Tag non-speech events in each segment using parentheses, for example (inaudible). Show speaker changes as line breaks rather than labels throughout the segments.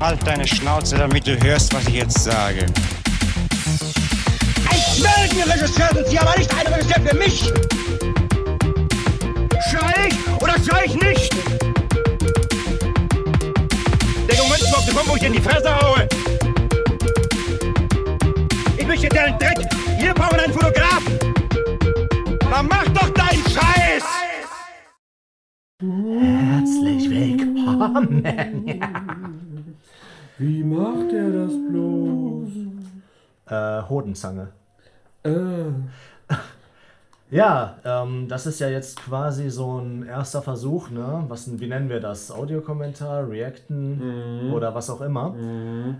Halt deine Schnauze, damit du hörst, was ich jetzt sage.
Ein Melden-Regisseur sind Sie, aber nicht ein Regisseur für mich! Schrei ich oder schrei ich nicht? Der Moment ist noch gekommen, wo ich dir in die Fresse haue! Ich möchte deinen Dreck! Wir brauchen einen Fotografen! Dann mach doch deinen Scheiß!
Herzlich willkommen. Ja.
Wie macht er das bloß?
(laughs) Äh, Hodenzange.
Mm. Äh,
(laughs) Ja, ähm, das ist ja jetzt quasi so ein erster Versuch, ne? Was, wie nennen wir das? Audiokommentar,
Mhm.
Reacten oder was auch immer.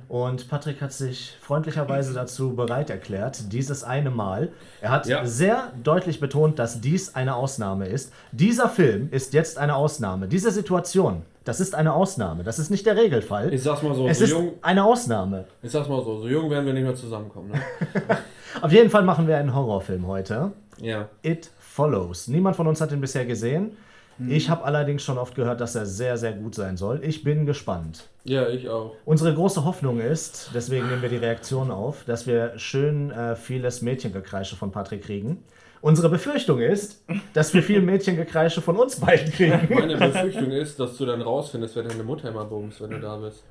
Und Patrick hat sich freundlicherweise dazu bereit erklärt, dieses eine Mal. Er hat
Ja.
sehr deutlich betont, dass dies eine Ausnahme ist. Dieser Film ist jetzt eine Ausnahme. Diese Situation, das ist eine Ausnahme. Das ist nicht der Regelfall.
ich sag's mal so,
es
so
ist
jung,
eine Ausnahme.
ich sag's mal so, so jung werden wir nicht mehr zusammenkommen, ne?
Auf jeden Fall machen wir einen Horrorfilm heute.
Ja.
It Follows. Niemand von uns hat ihn bisher gesehen. Ich habe allerdings schon oft gehört, dass er sehr, sehr gut sein soll. Ich bin gespannt.
Ja, ich auch.
Unsere große Hoffnung ist, deswegen nehmen wir die Reaktion auf, dass wir schön äh, vieles Mädchengekreische von Patrick kriegen. Unsere Befürchtung ist, dass wir viel Mädchengekreische von uns beiden kriegen. (laughs)
Meine Befürchtung ist, dass du dann rausfindest, wer deine Mutter immer bumst, wenn du da bist.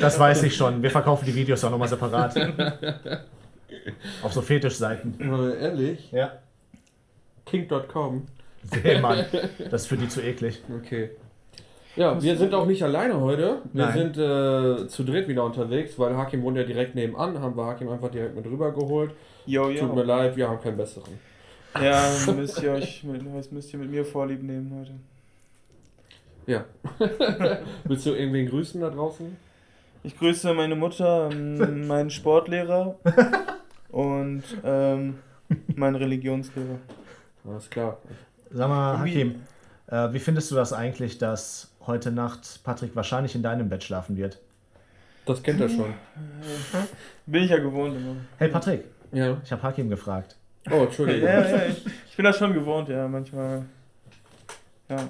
Das weiß ich schon. Wir verkaufen die Videos auch nochmal separat. Auf so Fetischseiten.
Äh, ehrlich?
Ja.
King.com.
Hey Mann, das ist für die zu eklig.
Okay. Ja, wir sind auch nicht alleine heute. Wir
Nein.
sind äh, zu dritt wieder unterwegs, weil Hakim wohnt ja direkt nebenan. Haben wir Hakim einfach direkt mit rübergeholt.
Jo, jo.
Tut
(laughs)
mir leid, wir haben keinen besseren.
Ja, müsst ihr euch mit, das müsst ihr mit mir vorlieb nehmen heute.
Ja. Willst du irgendwen grüßen da draußen?
Ich grüße meine Mutter,
(laughs)
ähm, meinen Sportlehrer und ähm, meinen Religionslehrer.
Alles klar.
Sag mal,
Irgendwie-
Hakim, äh, wie findest du das eigentlich, dass heute Nacht Patrick wahrscheinlich in deinem Bett schlafen wird?
Das kennt er schon.
Bin ich ja gewohnt immer.
Hey Patrick,
Ja.
ich habe Hakim gefragt.
Oh, Entschuldigung.
Ja, ja, ich, ich bin das schon gewohnt, ja, manchmal. Ja.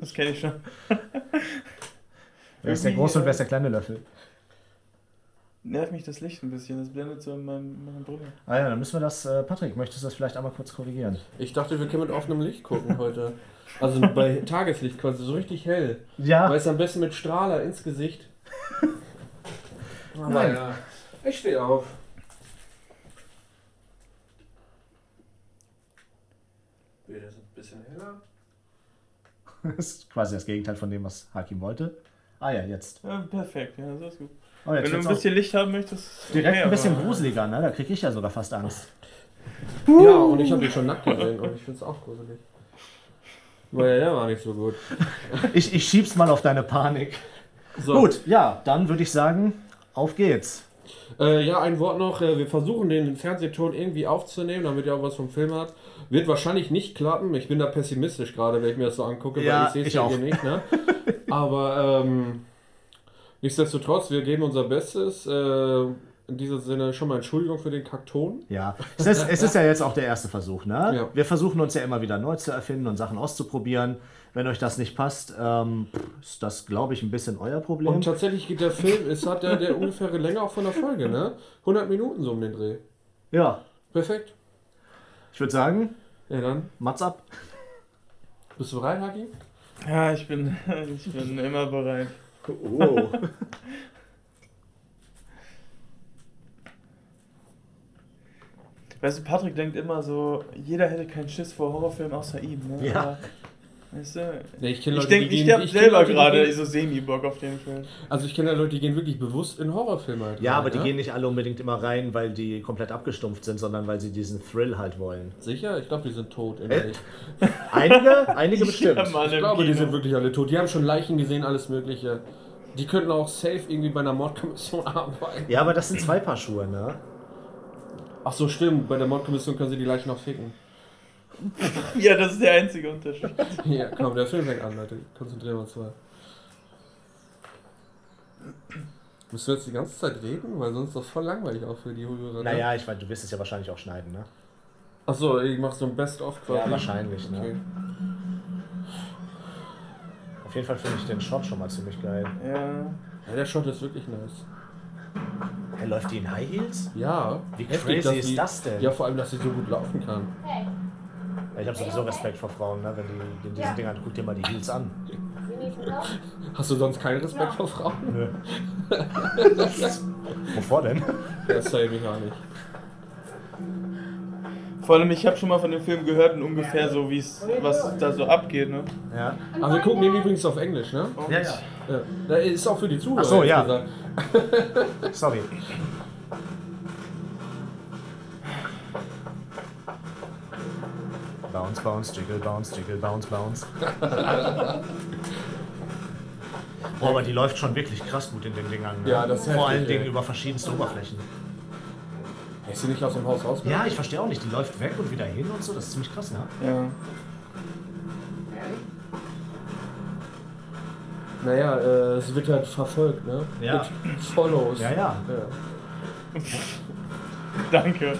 Das kenne ich schon.
Wer ist der
Irgendwie,
große und
äh,
wer ist der kleine Löffel?
Nervt mich das Licht ein bisschen, das blendet so in meinem, meiner Brille.
Ah ja, dann müssen wir das, äh, Patrick, möchtest du das vielleicht einmal kurz korrigieren?
Ich dachte, wir können mit offenem Licht gucken heute. Also
(laughs)
bei Tageslicht quasi, so richtig hell.
Ja,
Weiß am besten mit Strahler ins Gesicht. Aber
Nein.
ja. Ich stehe auf. Bilder sind ein bisschen heller.
(laughs) das ist quasi das Gegenteil von dem, was Hakim wollte. Ah ja, jetzt.
Ja, perfekt, ja, das ist gut.
Oh, jetzt
Wenn du
wird's
ein
auch
bisschen Licht haben möchtest, okay,
direkt ein bisschen
aber-
gruseliger, ne? Da kriege ich ja sogar fast Angst.
Ja, und ich habe die schon nackt gesehen und ich finde es auch gruselig. Naja, der war nicht so gut.
Ich, ich schieb's mal auf deine Panik.
So,
Gut, ja, dann würde ich sagen, auf geht's.
Äh, ja, ein Wort noch. Äh, wir versuchen den Fernsehton irgendwie aufzunehmen, damit ihr auch was vom Film habt. Wird wahrscheinlich nicht klappen. Ich bin da pessimistisch gerade, wenn ich mir das so angucke,
Ja,
weil ich sehe es
ich
ja
auch.
hier nicht. Ne? Aber ähm, nichtsdestotrotz, wir geben unser Bestes. Äh, in diesem Sinne schon mal Entschuldigung für den Kakton.
Ja, es ist, es ist ja jetzt auch der erste Versuch. Ne?
Ja.
Wir versuchen uns ja immer wieder neu zu erfinden und Sachen auszuprobieren. Wenn euch das nicht passt, ähm, ist das, glaube ich, ein bisschen euer Problem.
Und äh, tatsächlich geht der Film, es hat ja der ungefähre Länge auch von der Folge, ne? 100 Minuten so um den Dreh.
Ja,
Perfekt.
ich würde sagen,
Ja, dann.
Mats ab.
Bist du bereit, Haki?
Ja, ich bin, (laughs) ich bin immer bereit.
Oh.
Weißt du, Patrick denkt immer so, jeder hätte keinen Schiss vor Horrorfilmen außer ihm, ne?
Ja.
Aber, Weißt du,
Nee, ich kenne
ich denke, ich hab
kenn
selber
Leute, die
gerade
gehen-
so semi-Bock auf den Film.
Also ich kenne ja Leute, die gehen wirklich bewusst in Horrorfilme halt
Ja,
rein,
aber die
ne?
gehen nicht alle unbedingt immer rein, weil die komplett abgestumpft sind, sondern weil sie diesen Thrill halt wollen.
Sicher? Ich glaube, die sind tot.
Äh?
innerlich.
Einige, einige bestimmt.
Ja, Mann,
Ich
im
glaube, die
Kino.
sind wirklich alle tot. Die haben schon Leichen gesehen, alles Mögliche. Die könnten auch safe irgendwie bei einer Mordkommission (laughs) arbeiten.
Ja, aber das sind zwei Paar Schuhe, ne?
Ach so, stimmt. Bei der Mordkommission können sie die Leichen noch ficken. (laughs)
Ja, das ist der einzige Unterschied.
Ja, komm, der Film fängt an, Leute. Konzentrieren wir uns mal. Müssen wir jetzt die ganze Zeit reden? Weil sonst ist das voll langweilig auch für die Hörer. ne?
Naja, ich meine, du wirst es ja wahrscheinlich auch schneiden, ne?
Ach so, ich mach so ein Best-of quasi.
Ja, wahrscheinlich, ne?
Okay.
Auf Auf jeden Fall finde ich den Shot schon mal ziemlich geil.
Ja.
Ja, der Shot ist wirklich nice.
Er läuft die in High Heels?
Ja.
Wie crazy
dass
ist
die,
das denn?
Ja, vor allem, dass sie so gut laufen kann.
Hey,
Ich habe sowieso Respekt vor Frauen, ne? wenn die in diesen Dingern, guck dir mal die Heels an.
you need some help?
Hast du sonst keinen Respekt vor Frauen?
Nö. Wovor denn?
Das sei mir gar nicht.
Vor allem, ich habe schon mal von dem Film gehört und ungefähr so, wie es, was da so abgeht, ne?
Ja.
Aber wir gucken den übrigens auf Englisch, ne?
Und
Ja, ja.
Ja. Da ist auch für die Zuhörer.
Ach so,
ehrlich
ja.
gesagt.
Sorry. Bounce, bounce, jiggle, bounce, jiggle, bounce, bounce. Boah, aber die läuft schon wirklich krass gut in den Dingern. Ne?
Ja, das ist
Vor
heftig,
allen Dingen
ey.
über verschiedenste Oberflächen.
Ist sie nicht aus dem Haus rausgekommen?
Ja, ich verstehe auch nicht. Die läuft weg und wieder hin und so. Das ist ziemlich krass, ne?
Ja.
Naja, äh, es wird halt verfolgt, ne?
Ja.
Mit Follows.
Ja, ja.
ja.
Danke.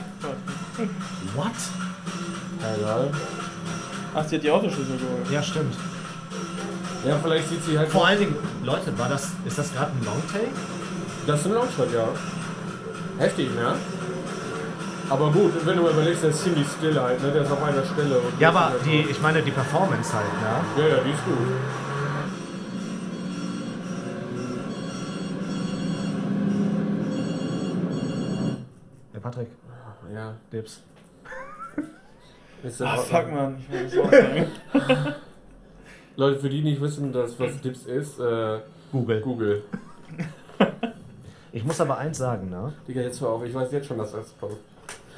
What?
Ja, ja.
Ach, sie hat die Autoschlüssel geholt.
Ja, stimmt.
ja, vielleicht sieht sie halt.
Vor allen Dingen, Leute, war das, ist das gerade ein Longtake?
Das ist ein Longshot, ja. Heftig, ne? Aber gut, wenn du mal überlegst, der ist ziemlich still halt, ne? Der ist auf einer Stelle. und- halt
Ja, aber die, ich meine die Performance halt, ne?
Ja, ja, die ist gut.
Der Patrick,
Ja.
Dips.
Ist in
Ah,
Ordnung.
fuck, man. Ich wollte das auch sagen.
Leute, für die die nicht wissen, dass, was Dips ist, äh,
Google.
Google.
Ich muss aber eins sagen, ne?
Digga, jetzt hör auf, ich weiß jetzt schon, dass das kommt.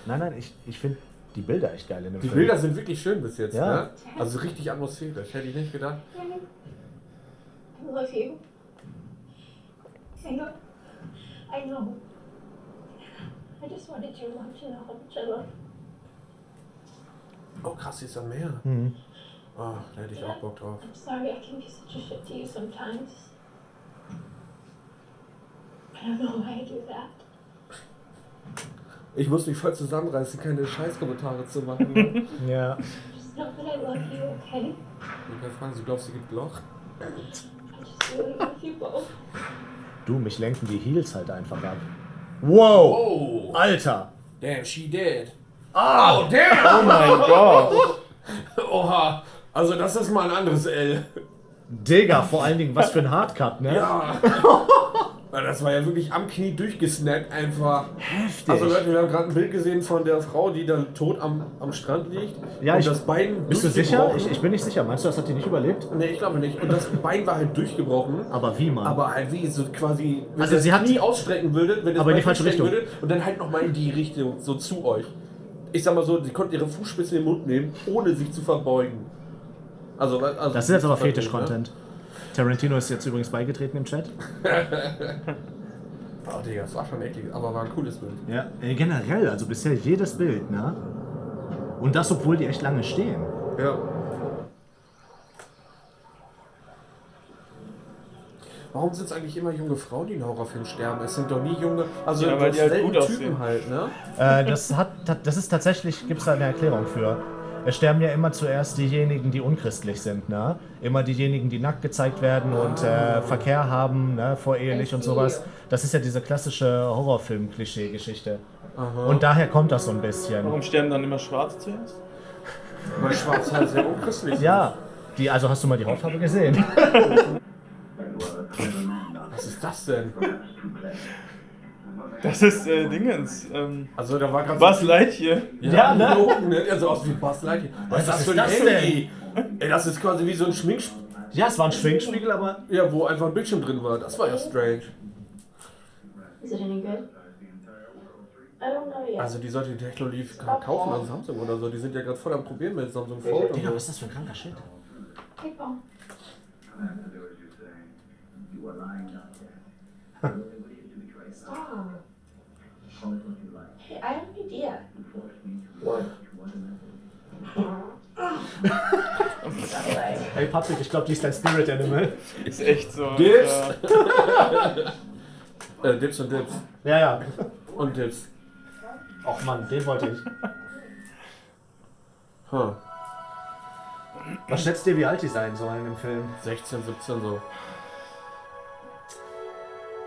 Nein, nein, ich, ich finde die Bilder echt geil in dem
Die
Film.
Bilder sind wirklich schön bis jetzt,
Ja.
ne? Also richtig atmosphärisch, hätte ich nicht gedacht.
I love you. I know. I know. I just wanted your love to know how much I love.
Oh krass, die ist am Meer.
Mhm.
Oh, da hätte ich auch Bock drauf.
I'm sorry I can be such a shit to you sometimes. I don't know why I do that.
Ich muss mich voll zusammenreißen, keine Scheißkommentare zu
(laughs)
machen. ne?
Ja.
Just know that I love you, okay?
Ich kann fragen, sie glaubst, sie gibt Loch?
I just really love you both.
Du, mich lenken die Heels halt einfach ab. Wow!
Oh,
Alter!
damn, she dead.
Ah!
Oh, damn!
Oh mein Gott.
(laughs) Oha, also das ist mal ein anderes L.
Digga, vor allen Dingen, was für ein Hardcut, ne?
Ja. Weil Das war ja wirklich am Knie durchgesnappt einfach. Heftig. Also Leute, wir haben gerade ein Bild gesehen von der Frau, die da tot am, am Strand liegt.
Ja,
und
ich-
um das Bein
Bist du sicher?
durchgebrochen-
Ich, ich bin nicht sicher. Meinst du, das hat die nicht überlebt?
nee, ich glaube nicht. Und das Bein war halt durchgebrochen.
Aber wie, Mann?
Aber halt wie so quasi, wenn
Also
ihr
sie
das
hat-
nie ausstrecken würdet, wenn ihr
Aber in die
das
falsche
Bein ausstrecken würdet und dann halt nochmal in die Richtung, so zu euch. Ich sag mal so, sie konnte ihre Fußspitze in den Mund nehmen, ohne sich zu verbeugen. Also, also
das ist jetzt aber
ne?
Fetisch-Content. Tarantino ist jetzt übrigens beigetreten im Chat.
Oh Digga, das war schon eklig, aber war ein cooles Bild.
Ja, äh, generell, also bisher jedes Bild, ne? Und das, obwohl die echt lange stehen.
Ja. Warum sind es eigentlich immer junge Frauen, die in Horrorfilmen sterben? Es sind doch nie junge, also
Ja, weil die halt
selten
gut
Typen
aussehen.
halt, ne?
Äh, das hat, hat- das ist tatsächlich, gibt es da eine Erklärung für. Es sterben ja immer zuerst diejenigen, die unchristlich sind, ne? Immer diejenigen, die nackt gezeigt werden und äh, Verkehr haben, ne? Vorehelich und sowas. Das ist ja diese klassische Horrorfilm-Klischee-Geschichte. Und daher kommt das so ein bisschen.
Warum sterben dann immer Schwarze zuerst?
Weil Schwarz halt sehr unchristlich
Ja, die, also hast du mal die Hautfarbe gesehen?
sind. Was ist das denn?
Das ist äh, Dingens. Ähm,
Also da war gerade
was leid hier?
Ja, ne?
Logan, ne? Also aus wie Buzz Lightyear. Was,
Was
ist das für
ist
ein
das
Handy? Ey, das ist quasi wie so ein Schminkspiel,
(laughs) Ja, es war ein Schwingspiegel, aber.
ja, wo einfach ein Bildschirm drin war. Das war ja strange.
Is it any good? I don't know yet.
Also die sollte die Technologie kaufen an Samsung oder so. Die sind ja gerade voll am Probieren mit Samsung Fold und so.
ist das für ein kranker Shit?
Keep on. Stop. Hey, I have an idea.
Ey, Patrick, ich glaube, die ist dein Spirit Animal.
Ist echt so.
Dips.
Ja.
Äh, Dips und Dips.
Ja, ja.
Und Dips.
Och Mann, den wollte ich.
Huh.
(laughs) Was schätzt ihr, wie alt die sein sollen im Film?
16, 17 so.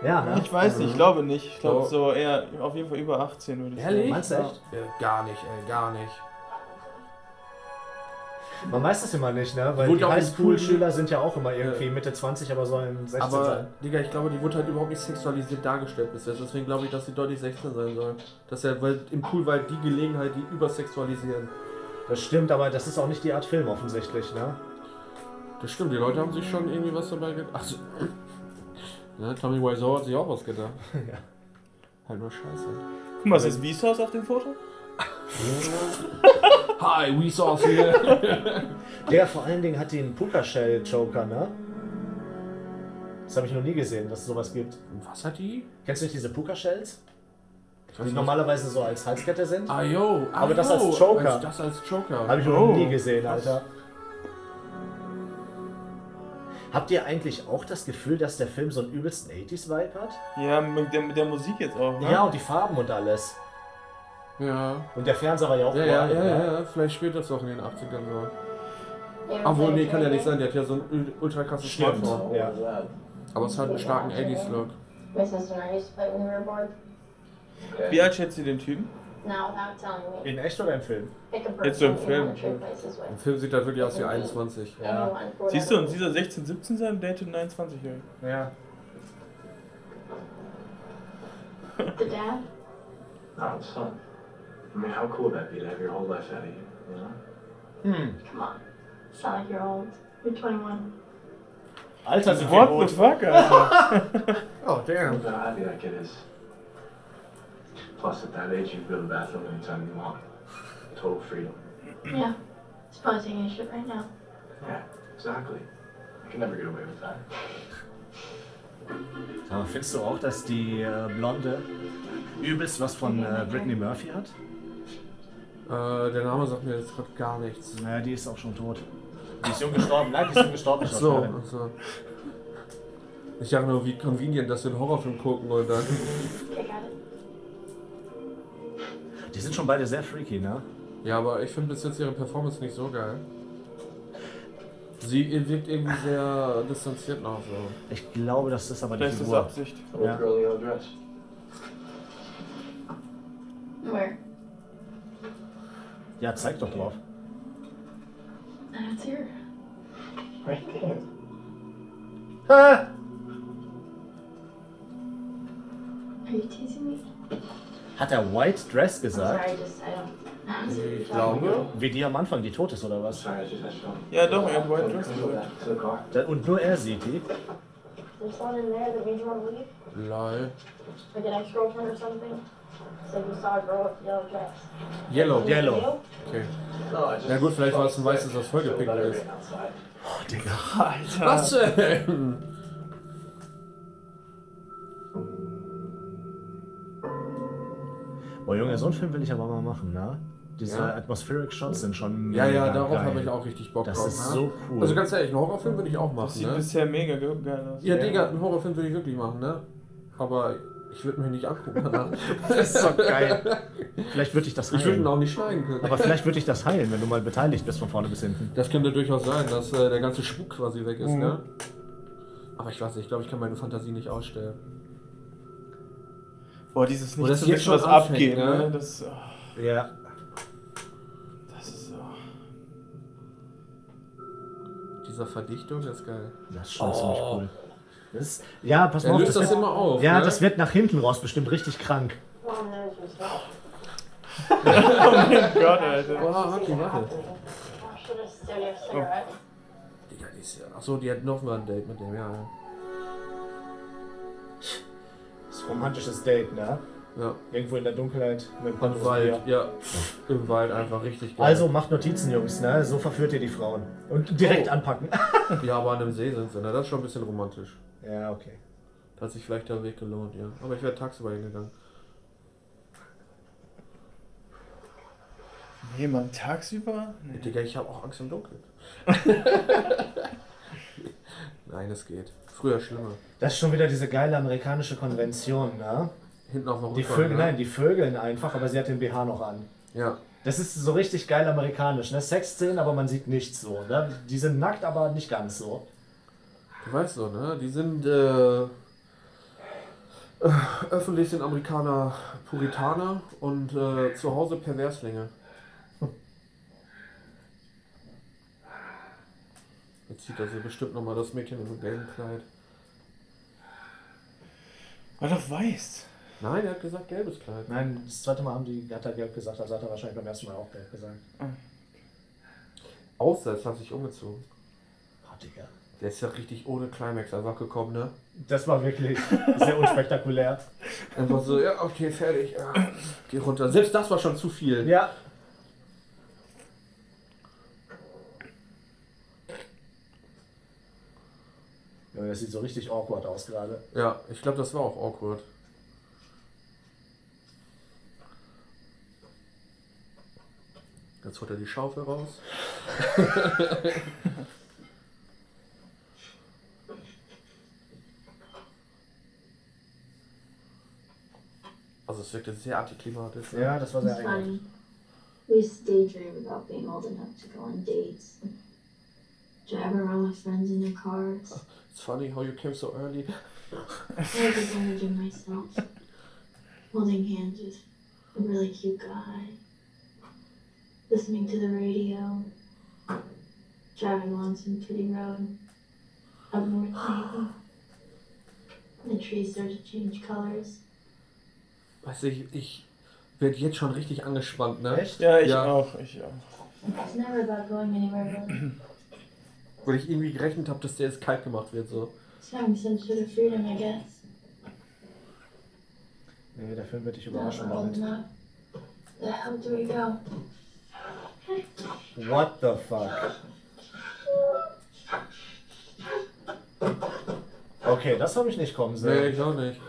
Ja,
(laughs)
ne?
Ich weiß nicht, ich glaube nicht. Ich glaube
So.
so eher auf jeden Fall über 18 würde ich sagen.
Ehrlich?
Meinst du echt?
Ja, gar nicht, ey, gar nicht.
Man weiß das immer nicht, ne? Weil
Wurde
die
auch in
Highschool-Schüler sind ja auch immer irgendwie Mitte 20, aber sollen 16
Aber,
sein.
Digga, ich glaube, die wurde halt überhaupt nicht sexualisiert dargestellt bis jetzt. Deswegen glaube ich, dass sie deutlich 16 sein soll. Das ist ja weil, im Pool war halt die Gelegenheit, die übersexualisieren.
Das stimmt, aber das ist auch nicht die Art Film offensichtlich, ne?
Das stimmt, die Leute haben sich schon irgendwie was dabei gedacht. (laughs) Achso. Ne, Tommy Wiseau hat sich auch was (laughs) gedacht.
Ja.
Halt nur Scheiße.
Guck mal, ist das Wieshaus auf dem Foto?
(laughs) Hi, Wiseau ist hier.
Der vor allen Dingen hat den Pokershell-Joker, ne? Das habe ich noch nie gesehen, dass es sowas gibt.
(laughs) was hat die?
Kennst du nicht diese Pokershells?
Ich weiß
Die
nicht.
normalerweise so als Halskette sind?
Ah, yo. Ah,
Aber das
yo,
als Joker.
Als, das als Joker.
Habe ich noch
Oh.
nie gesehen, Alter. Habt ihr eigentlich auch das Gefühl, dass der Film so einen übelsten 80s-Vibe hat?
Ja, mit der, mit der Musik jetzt auch. Ne?
Ja, und die Farben und alles.
Ja.
Und der Fernseher war ja auch
Ja, ja,
uralt,
ja,
ne?
ja, ja, vielleicht spielt das auch in den 80ern so. Obwohl, nee, kann ja nicht sein, der hat ja so ein ul- ultra krasses
Stimmt.
Smartphone.
Ja.
Aber es hat einen starken 80s-Look.
Mrs. and I used to play when we were bored.
Wie alt schätzt ihr den Typen?
Now, without telling me,
In echt oder im Film?
pick a person
Jetzt so im
you
Film.
want to trade places with.
Im Film sieht er wirklich aus wie 21.
Anyone, for
Siehst du,
whatever
und dieser 16, 17 sein, datet 29 jährigen
Ja.
reason. The dad?
Oh, it's fun. I mean, how cool would that be to have your whole life out of you, you know?
Come on. It's not like you're old. You're 21.
Alter, sind wir
What
rot.
the fuck, Alter?
Oh, damn.
How happy that kid is. Plus, at that age, you can go to the bathroom anytime you want. Total freedom.
Yeah. He's probably taking a shit right now.
Yeah, exactly. I can never get away with that.
Aber findest du auch, dass die äh, Blonde übelst was von äh, Brittany Murphy hat?
Äh, der Name sagt mir jetzt gerade gar nichts.
Naja, die ist auch schon tot. Die ist jung gestorben. Nein, die ist jung gestorben.
Ach so, ach so. Ich dachte nur, wie convenient, dass wir einen Horrorfilm gucken und dann.
Kick at it.
Die sind schon beide sehr freaky, ne?
Ja, aber ich finde bis jetzt ihre Performance nicht so geil. Sie wirkt irgendwie sehr distanziert noch so.
Ich glaube, das ist aber die
Vielleicht ist das
Figur.
Absicht.
Old
Yeah.
girl, yellow dress.
Where?
Ja, zeig doch drauf.
Uh, it's here.
Right there.
Are you teasing me?
Hat er White Dress
Sorry,
gesagt?
I just, I don't. (laughs) I was
Ich
just
glaube.
Wie die am Anfang, die tot ist, oder was?
Sorry, I just touched on.
Ja, doch, er hat White
Go
Dress gesagt.
back to the car.
Da- Und nur er sieht die.
There's someone in there that made you want to leave?
Lol.
Like an ex-girlfriend or something? Said you saw a girl with a yellow dress.
Yellow.
Yellow.
Okay.
No, I just.
Ja gut, vielleicht war es ein weißes, das vollgepickt
Better
ist.
being outside.
Alter.
Was denn?
Boah, Junge, so einen Film will ich aber mal machen, ne? Diese
Ja.
Atmospheric Shots sind schon.
Ja, ja,
mega
darauf
geil.
habe ich auch richtig Bock
Das
drauf.
ist
ne?
so cool.
Also ganz ehrlich, einen Horrorfilm würde ich auch
Das
machen,
sieht
ne?
bisher mega ge- geil aus.
Ja, Digga, einen Horrorfilm würde ich wirklich machen, ne? Aber ich würde mir nicht angucken danach.
Das ist doch geil. Vielleicht würde ich das
Ich würde
heilen.
ihn auch nicht schneiden können.
Aber vielleicht würde ich das heilen, wenn du mal beteiligt bist von vorne bis hinten.
das könnte durchaus sein, dass äh, der ganze Spuk quasi weg ist, ne? Aber ich weiß nicht, ich glaube, ich kann meine Fantasie nicht ausstellen.
Boah, dieses
Oder
nicht
dass
zu
jetzt
wissen,
schon
was
anfängt,
abgeht,
ne?
ne? Das, ah,
Ja.
das ist so.
Dieser Verdichtung, das ist geil.
Das ist schon ziemlich cool. Oh. Das ist, ja, pass mal
Er
auf.
löst das
wird,
immer auf.
ja,
ne?
das wird nach hinten raus bestimmt richtig krank.
Mom knows you're special.
Gott, Alter.
Oh, warte, warte.
I should have stood your cigarette.
Digga, die ist ja. Achso, die hat nochmal ein Date mit dem, ja. ja.
Das ist romantisches Date, ne?
Ja,
Irgendwo in der Dunkelheit mit
im Wald, ja. Im Wald einfach richtig geil.
Also macht Notizen, Jungs, ne? So verführt ihr die Frauen. Und direkt
Oh.
anpacken.
Ja, aber an einem See sind sie, ne? Das ist schon ein bisschen romantisch.
ja, okay.
Da hat sich vielleicht der Weg gelohnt, ja. Aber ich wäre tagsüber hingegangen.
Nee, Mann, tagsüber? Nee.
Digga, ich habe auch Angst
(laughs)
im Dunkeln. Nein, es geht. Früher schlimmer.
Das ist schon wieder diese geile amerikanische Konvention, ne?
Hinten auf dem
Die
Rückwand,
Vögel,
ne?
nein, die Vögeln einfach, aber sie hat den BH noch an.
Ja.
Das ist so richtig geil amerikanisch, ne? Sexszenen, aber man sieht nichts so. Ne? Die sind nackt, aber nicht ganz so.
Du weißt doch, ne? Die sind äh, äh, öffentlich sind Amerikaner Puritaner und äh, zu Hause Perverslinge. Jetzt sieht er sie bestimmt nochmal das Mädchen in dem gelben Kleid.
War doch weiß.
Nein, er hat gesagt gelbes Kleid.
Nein, das zweite Mal haben die, hat er gelb gesagt, also hat er wahrscheinlich beim ersten Mal auch gelb gesagt.
Außer es hat sich umgezogen.
Oh, Digga.
Der ist ja richtig ohne Climax einfach gekommen, ne?
Das war wirklich sehr unspektakulär.
Einfach so, ja, okay, fertig. Ja, geh runter. Selbst das war schon zu viel.
(laughs) Ja. Ja, Das sieht so richtig awkward aus gerade.
Ja, ich glaube, das war auch awkward. Jetzt holt er die Schaufel raus. (laughs) also es wirkte sehr antiklimatisch. ne?
Ja, das war sehr
It's
eigenartig.
funny. We used to daydream about being old enough to go on dates. Drive around with friends in their cars.
It's funny how you came so early.
I was just imagine myself holding hands with a really cute guy, listening to the radio, driving along some pretty road up north maybe. The trees started to change colors.
Weißt du, ich, ich werde jetzt schon richtig angespannt, ne?
Echt?
Ja, ich
Ja.
auch, ich auch.
It's never about going anywhere really.
Weil ich irgendwie gerechnet habe, dass der jetzt kalt gemacht wird. So.
It's having some sort of freedom, I guess.
Nee, der Film wird dich
Now
überraschen
we're old
damit.
enough. The hell do we go?
What the fuck? Okay, das habe ich nicht kommen
Nee,
sehen.
ich auch nicht.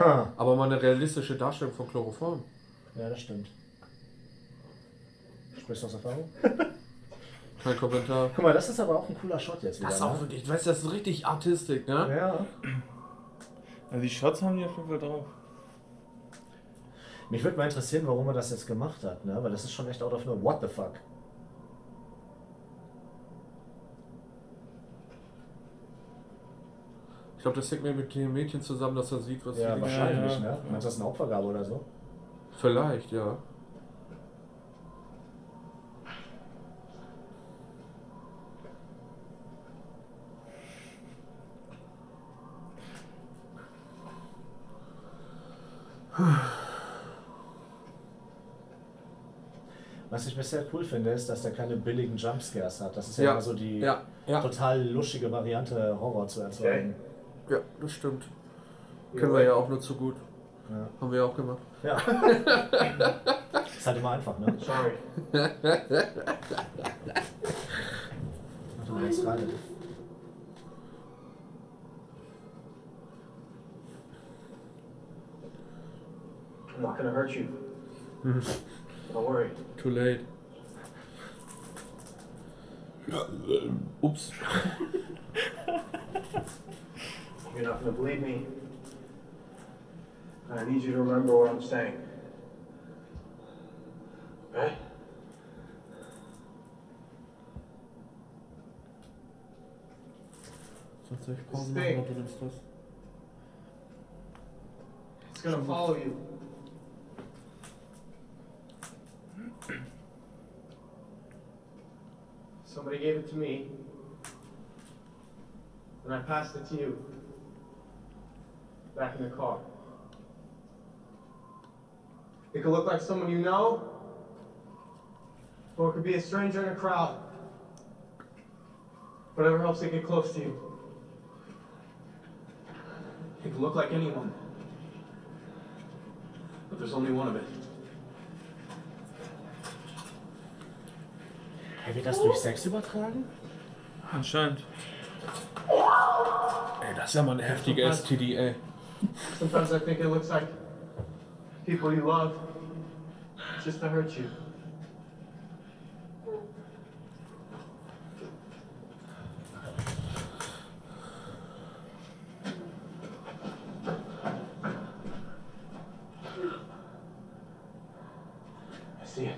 Ha.
Aber mal eine realistische Darstellung von Chloroform.
Ja, das stimmt. Sprichst du aus Erfahrung?
Kein Kommentar.
Guck mal, das ist aber auch ein cooler Shot jetzt wieder.
Das ist auch
ne?
wirklich, weißt du, das ist richtig Artistik, ne?
Ja.
Also die Shots haben die auf jeden Fall drauf.
Mich würde mal interessieren, warum er das jetzt gemacht hat, ne? Weil das ist schon echt out of no what the fuck.
Ich glaube, das hängt mir mit dem Mädchen zusammen, dass er sieht, was
Ja,
sie
wahrscheinlich,
ja.
ne? Meinst du, das ist eine Opfergabe oder so?
Vielleicht, ja.
Was ich bisher cool finde, ist, dass der keine billigen Jumpscares hat. Das ist ja,
Ja,
immer so die
ja, ja,
total luschige Variante, Horror zu erzeugen.
ja, das stimmt. Können wir ja auch nur zu gut.
Ja.
Haben wir ja auch gemacht.
Ja. ist halt immer einfach, ne?
Sorry.
Du meinst gerade.
I'm not gonna hurt you. Don't worry.
Too late. Ups.
You're not gonna believe me. And I need you to remember what I'm saying. Okay?
Sonst soll ich
Pause
Pause
machen, Steak.
machen,
aber
du
du
nimmst das.
It's gonna follow you. Somebody gave it to me, and I passed it to you. Back in the car. It could look like someone you know, or it could be a stranger in a crowd. Whatever helps it get close to you. It could look like anyone. But there's only one of it.
Ey, wird das durch Sex übertragen?
Anscheinend.
Ey, das ist ja mal eine heftige STD, ey.
Sometimes I think it looks like people you love just to hurt you. see it.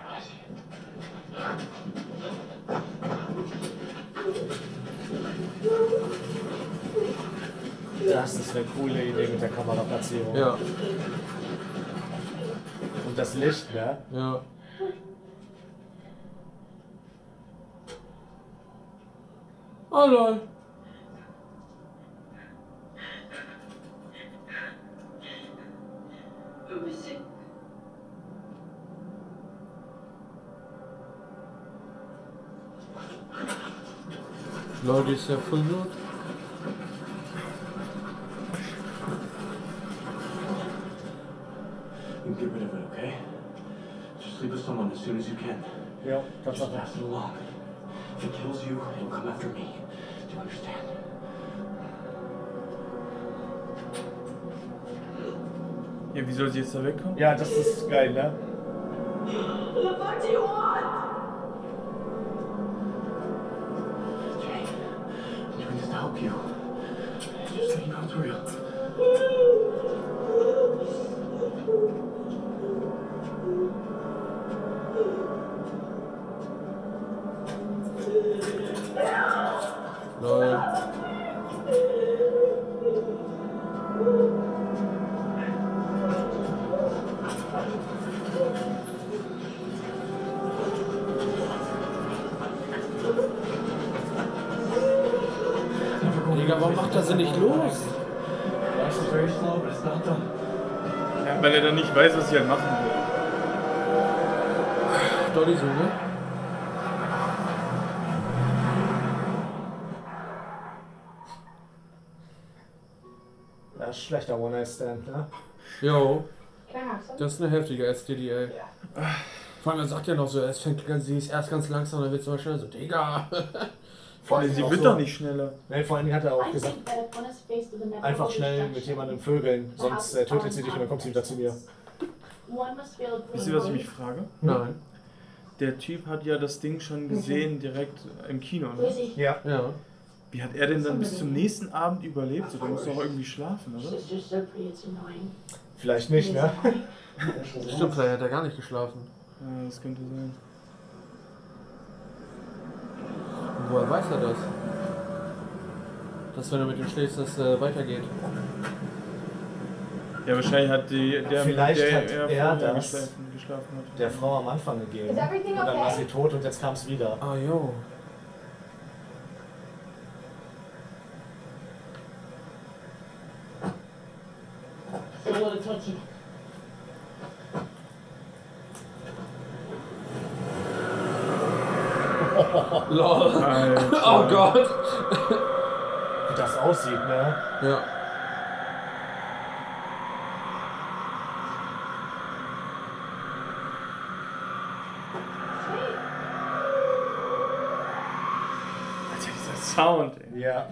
I see it.
Das ist eine coole Idee mit der Kameraplatzierung.
Ja,
Und das Licht, ne?
ja. Oh lol.
Who is it?
Lol, die ist ja voll gut.
You get rid of it, okay? Just leave us alone as soon as you can.
Ja,
Just pass it along. If it kills you, it'll come after me. Do you understand?
Ja, wie soll sie jetzt da wegkommen?
Ja, das ist geil, ne?
What do you want?
Jane, I'm doing this to help you. Just so you know it's real.
Lol. Digga, warum macht er sie nicht los?
That's very slow, but it's not done.
Ja, weil er dann nicht weiß, was sie halt machen will.
Dolly so, ne?
Das ist schlechter One-Night-Stand, ne?
Jo,
Can I have some?
das ist eine heftige STD, ey. Vor allem, er sagt ja noch so, es fängt ganz, sie ist erst ganz langsam, dann wird es immer schnell so, Digga. (laughs)
Vor allem, sie
Auch
wird
so.
doch nicht schneller.
Nein, vor allen Dingen hat er auch
I
gesagt,
think that if one is faced with inevitable
einfach schnell mit
destruction,
jemandem vögeln,
the
sonst
house
äh, tötet
is
sie dich und dann kommt sie wieder zu mir.
One must feel
Wisst ihr, was ich mich frage?
Nein.
Der Typ hat ja das Ding schon gesehen, direkt im Kino. Ne?
Lizzie,
Ja.
Ja.
Wie hat er denn dann bis zum nächsten Abend überlebt? So, der muss doch irgendwie schlafen, oder?
she's just so pretty, it's annoying.
Vielleicht nicht, ne?
Stimmt, vielleicht hat er gar nicht geschlafen.
Ja, das könnte sein.
Woher weiß er das? Dass wenn du mit ihm schläfst, das äh, weitergeht.
Ja, wahrscheinlich hat die, der,
Vielleicht
der,
hat
der
er
vorher
das-
geschlafen, geschlafen hat.
Der Frau am Anfang gegeben. Und
Is everything
dann war
okay?
sie tot und jetzt kam es wieder.
Ah jo.
So I want to touch you.
Lol.
(laughs) Alter.
Oh Gott.
Wie das aussieht, ne?
Ja.
Alter, dieser Sound, ey.
Ja.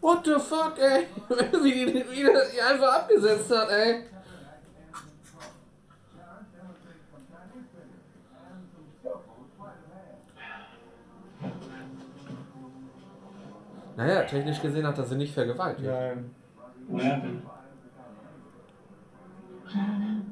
What the fuck, ey? (laughs) wie, die, wie das die einfach abgesetzt hat, ey. Naja, technisch gesehen hat er sie nicht vergewaltigt.
Nein.
What happened?
I don't know.
(laughs)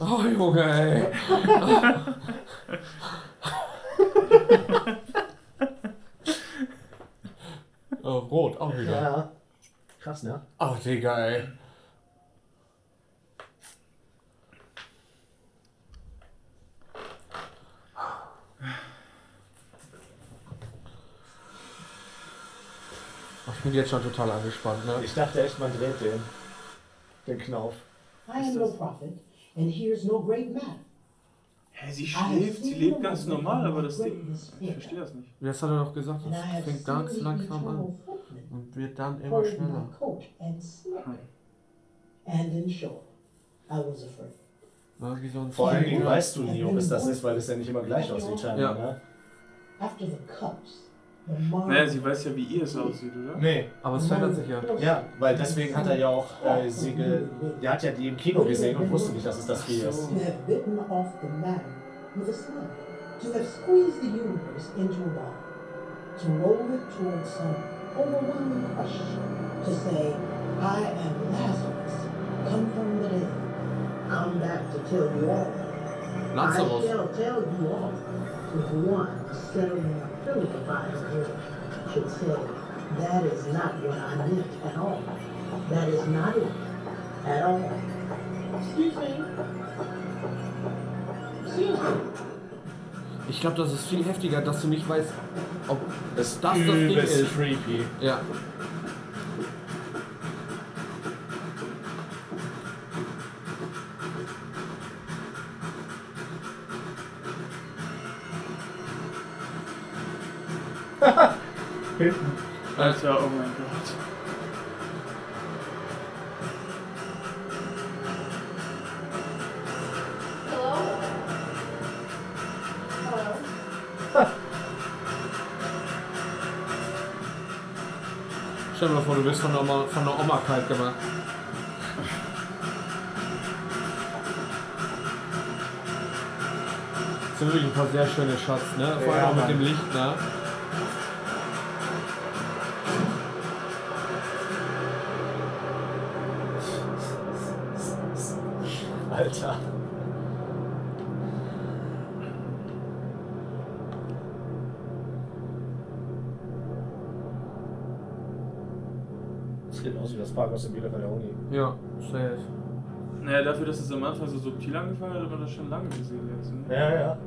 Oh Junge, ey. oh, rot, auch wieder.
Ja. Krass, ne?
Ach, Digga, ey. Ach, Ich bin jetzt schon total angespannt, ne?
Ich dachte echt, man dreht den. Den Knauf.
I am no prophet, and here's no great matter.
Hä, sie schläft, sie lebt ganz normal, aber das Ding. Ich verstehe das nicht.
Das hat er doch gesagt,
And I
es
have seen
fängt ganz
the
langsam an
eternal footman
und wird dann immer
holding
schneller.
my coat and slipper.
Hm.
And in short, I was afraid.
Ne? Wie so ein
Vor allen
Zwerg,
Dingen
ne?
ne? weißt du nie, ob es das ist, weil es ja nicht immer gleich aussieht, scheinbar,
Ja.
ne?
After the cups,
Naja, sie weiß ja, wie ihr es aussieht, oder?
Nee.
Aber es verändert sich ja.
Ja, weil deswegen hat er ja auch äh, sie ge Der hat ja die im Kino gesehen und wusste nicht, dass es das Vieh ist.
To have bitten off the matter with a slim, to have squeezed the universe into a ball, to roll it towards some overwhelming crush, to say, I am Lazarus, come from the dead, come back to tell you all. I
Lazarus.
shall tell you all with one settling philosophizer who should say, that is not what I meant at all. That is not it at all. Excuse me. Excuse me.
Ich glaube, das ist viel heftiger, dass du nicht weißt, ob es das das Ding ist.
creepy.
Ja.
Hinten. Alter, oh mein Gott.
Hello? Hello?
Stell dir mal vor, du wirst von der Oma, von der Oma kalt gemacht. Das sind wirklich ein paar sehr schöne Shots, ne? Vor allem
Ja,
auch mit
Mann.
dem Licht, ne?
Alter. Das sieht aus wie das Park aus dem Bielefeld der Uni.
Ja, safe.
Naja, dafür, dass es am Anfang so subtil angefangen hat, hat man das schon lange gesehen jetzt. Ne?
Ja, ja.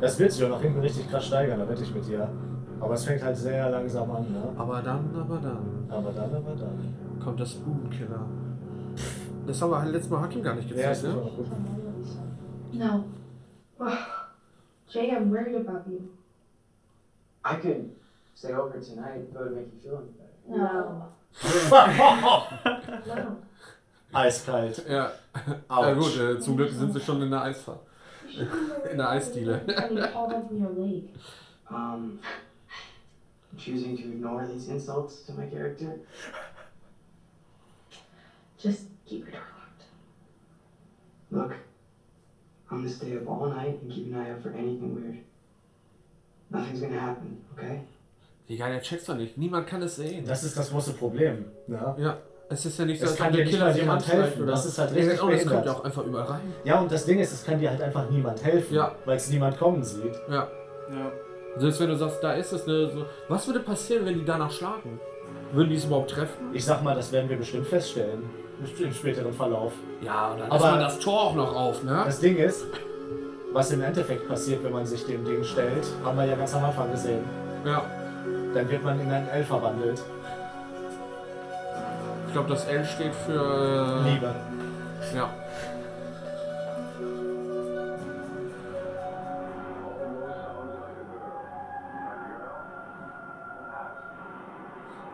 Das wird sich auch nach hinten richtig krass steigern, da wette ich mit dir. Aber es fängt halt sehr langsam an, ne?
Aber dann, aber dann
Aber dann, aber dann.
kommt das ne? Bubenkiller. Das haben wir halt letztes Mal Hakim gar nicht
Ja,
gezeigt,
ist
ne?
auch gut.
No. Jay, I'm worried about you.
I could stay over tonight, but it would make you feel any better.
No.
Oh.
No.
Eiskalt.
Ja. ja
Autsch.
gut, äh, zum Glück sind sie schon in der Eisfahrt.
You should be worried
In der Eisdiele.
I mean, all over your leg.
Um, choosing to ignore these insults to my character.
Just keep your door locked.
Look, I'm gonna stay up all night and keep an eye out for anything weird. Nothing's gonna happen, okay?
Egal, der checkt's doch nicht. Niemand kann es sehen.
Das ist das große Problem. Ne?
Ja, es ist ja nicht so,
Es
als
kann
ob
dir
der
nicht
Killer
mal
sich
jemand
anschleicht
helfen.
oder-
Das ist halt
Ja,
richtig
genau, das kommt
behindert.
ja auch einfach überall rein.
Ja, und das Ding ist, es kann dir halt einfach niemand helfen,
Ja.
weil es niemand kommen sieht.
Ja.
Ja.
Selbst wenn du sagst, da ist es ne, so. Was würde passieren, wenn die danach schlagen? Würden die es überhaupt treffen?
Ich sag mal, das werden wir bestimmt feststellen. Im späteren Verlauf.
Ja, und dann
Aber-
lässt man das Tor auch noch auf, ne?
Das Ding ist, was im Endeffekt passiert, wenn man sich dem Ding stellt, haben wir ja ganz am Anfang gesehen.
Ja.
Dann wird man in einen L verwandelt.
Ich glaube, das L steht für. äh,
Liebe.
Ja.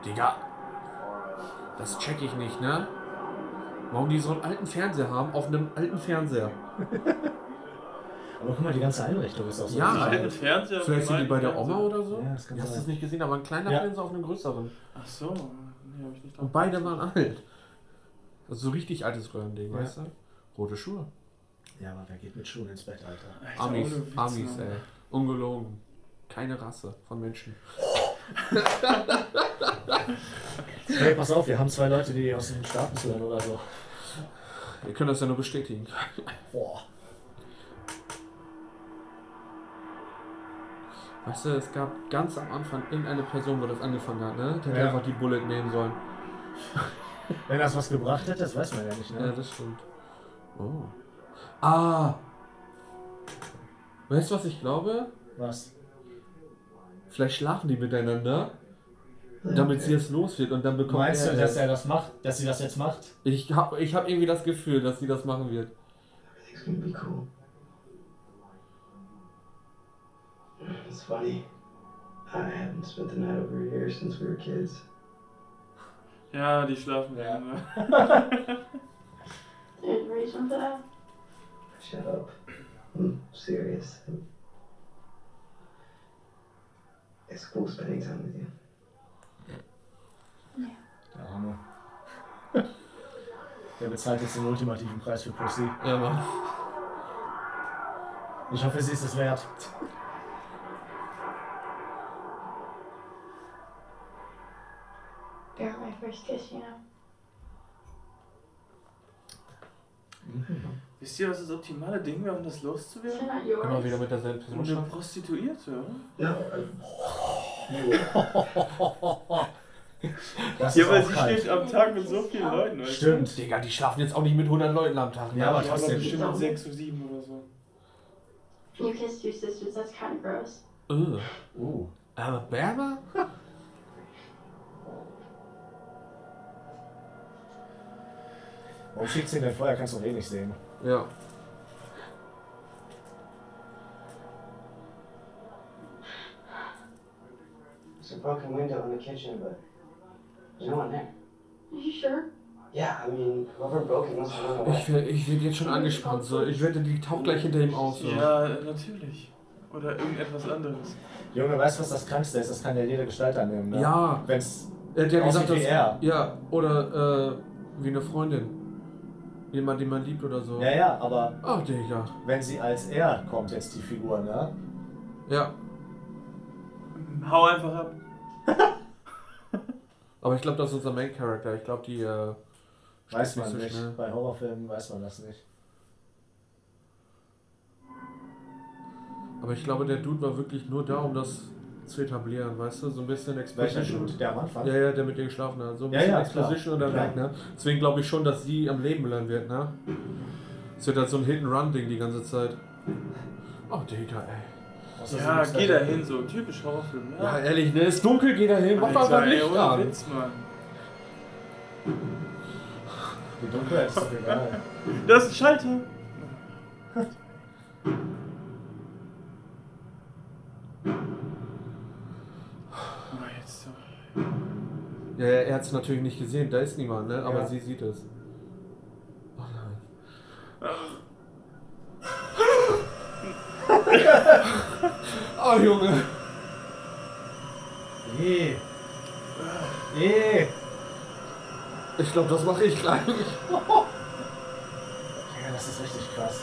Digga. Das check ich nicht, ne? Warum die so einen alten Fernseher haben auf einem alten Fernseher?
Aber guck mal, die ganze Einrichtung ist auch so.
Ja,
Die
total-
alten Fernseher.
Vielleicht sind die bei der Oma oder so?
Ja, das kann
Die hast du
sein.
es nicht gesehen, aber ein kleiner
Ja.
Fernseher auf einem größeren.
Ach so. Nee, hab ich nicht drauf.
Und beide waren alt. Also so richtig altes Röhrending,
Ja.
weißt du? Rote Schuhe.
ja, aber wer geht mit Schuhen ins Bett, Alter?
Alter,
Amis,
ohne Witz,
Amis,
Mann.
ey. Ungelogen. Keine Rasse von Menschen.
Hey, pass auf, wir haben zwei Leute, die aus den Staaten zuhören oder so.
Wir können das ja nur bestätigen.
Boah.
Weißt du, es gab ganz am Anfang irgendeine Person, wo das angefangen hat, ne? Die hätte
Ja.
einfach die Bullet nehmen sollen.
Wenn das was gebracht hätte, das weiß man ja nicht,
Ja,
ne?
das stimmt. Oh. Ah! Weißt du, was ich glaube?
Was?
Vielleicht schlafen die miteinander, damit sie es los wird und dann bekommt
Meinst du, dass
es.
er das macht, dass sie das jetzt macht?
Ich habe ich hab irgendwie das Gefühl, dass sie das machen wird.
Everything's gonna be cool. It's funny. I haven't spent the night over here since we were kids.
Ja, die schlafen.
Ja.
ne?
Did Ray jump it out?
Shut up. I'm serious. It's
it's cool spending time with you.
Der Arme. Der bezahlt jetzt den ultimativen Preis für Pussy.
Ja, Mann.
Ich hoffe, sie ist es wert.
You're my first kiss, you know.
Wisst ihr, was das optimale Ding wäre, um das loszuwerden?
Immer wieder mit derselben Person
Eine
schlafen.
Prostituierte, oder?
Ja.
Das
ja,
ist
weil
auch
sie
kalt.
steht am Tag mit so vielen Leuten. weißt du?
Stimmt. Digga, die schlafen jetzt auch nicht mit 100 Leuten am Tag. ne?
Ja, aber trotzdem. Bestimmt mit
Äh.
6 oder 7 oder so.
You kissed two sisters, that's kind of gross.
Oh.
Uh. Alabama?
Warum schickt sie denn Um vorher? Kannst du doch eh nicht sehen.
Ja.
There's a broken window in the kitchen, but there's no one there.
Are you sure?
Yeah, I mean, whoever broke it must have run away.
Ich werde ich werd jetzt schon angespannt. So. Ich wette, die taucht gleich hinter ihm auf. So.
Ja, natürlich. Oder irgendetwas anderes.
Junge, weißt du, was das Krankste ist? Das kann ja jede Gestalt annehmen, ne?
Ja.
Wenn's
Er hat ja gesagt,
aussieht
dass.
wie er.
Ja, oder äh, wie eine Freundin. Jemand, den man liebt oder so.
Ja, ja, aber
Ach, Digga.
wenn sie als er kommt, jetzt die Figur, ne?
Ja.
Hau einfach ab.
(laughs) Aber ich glaube, das ist unser Main Character. Ich glaube, die äh,
Weiß
stirbt
man
so
nicht.
schnell.
Bei Horrorfilmen weiß man das nicht.
Aber ich glaube, der Dude war wirklich nur da, um das zu etablieren, weißt du? So ein bisschen
Welcher
Exposition.
Dude? Der am Anfang?
Ja, ja, der mit ihr geschlafen hat. So ein
Ja,
bisschen
ja,
Exposition und
klar.
dann weg, ne? Deswegen glaube ich schon, dass sie am Leben bleiben wird, ne? Es wird halt so ein Hit-and-Run-Ding die ganze Zeit. Oh, Digga, ey.
Außer sie
Ja,
muss
geh
da
da hin, so. Typisch Horrorfilm.
Ah.
Ja, ehrlich, ne? Ist dunkel, geh da hin, mach doch
Alter,
einfach
ey,
Licht
ohne
an.
Witz, Mann.
Die Dunkelheit ist doch egal.
Das ist ein (laughs) Schalter. Na, jetzt doch.
Ja, ja, er hat es natürlich nicht gesehen, da ist niemand, ne? Aber
Ja.
sie sieht es. Oh nein.
Ah.
(laughs) oh Junge.
Eh. Eh.
Ich glaube, das mache ich gleich.
Ja, das ist richtig krass.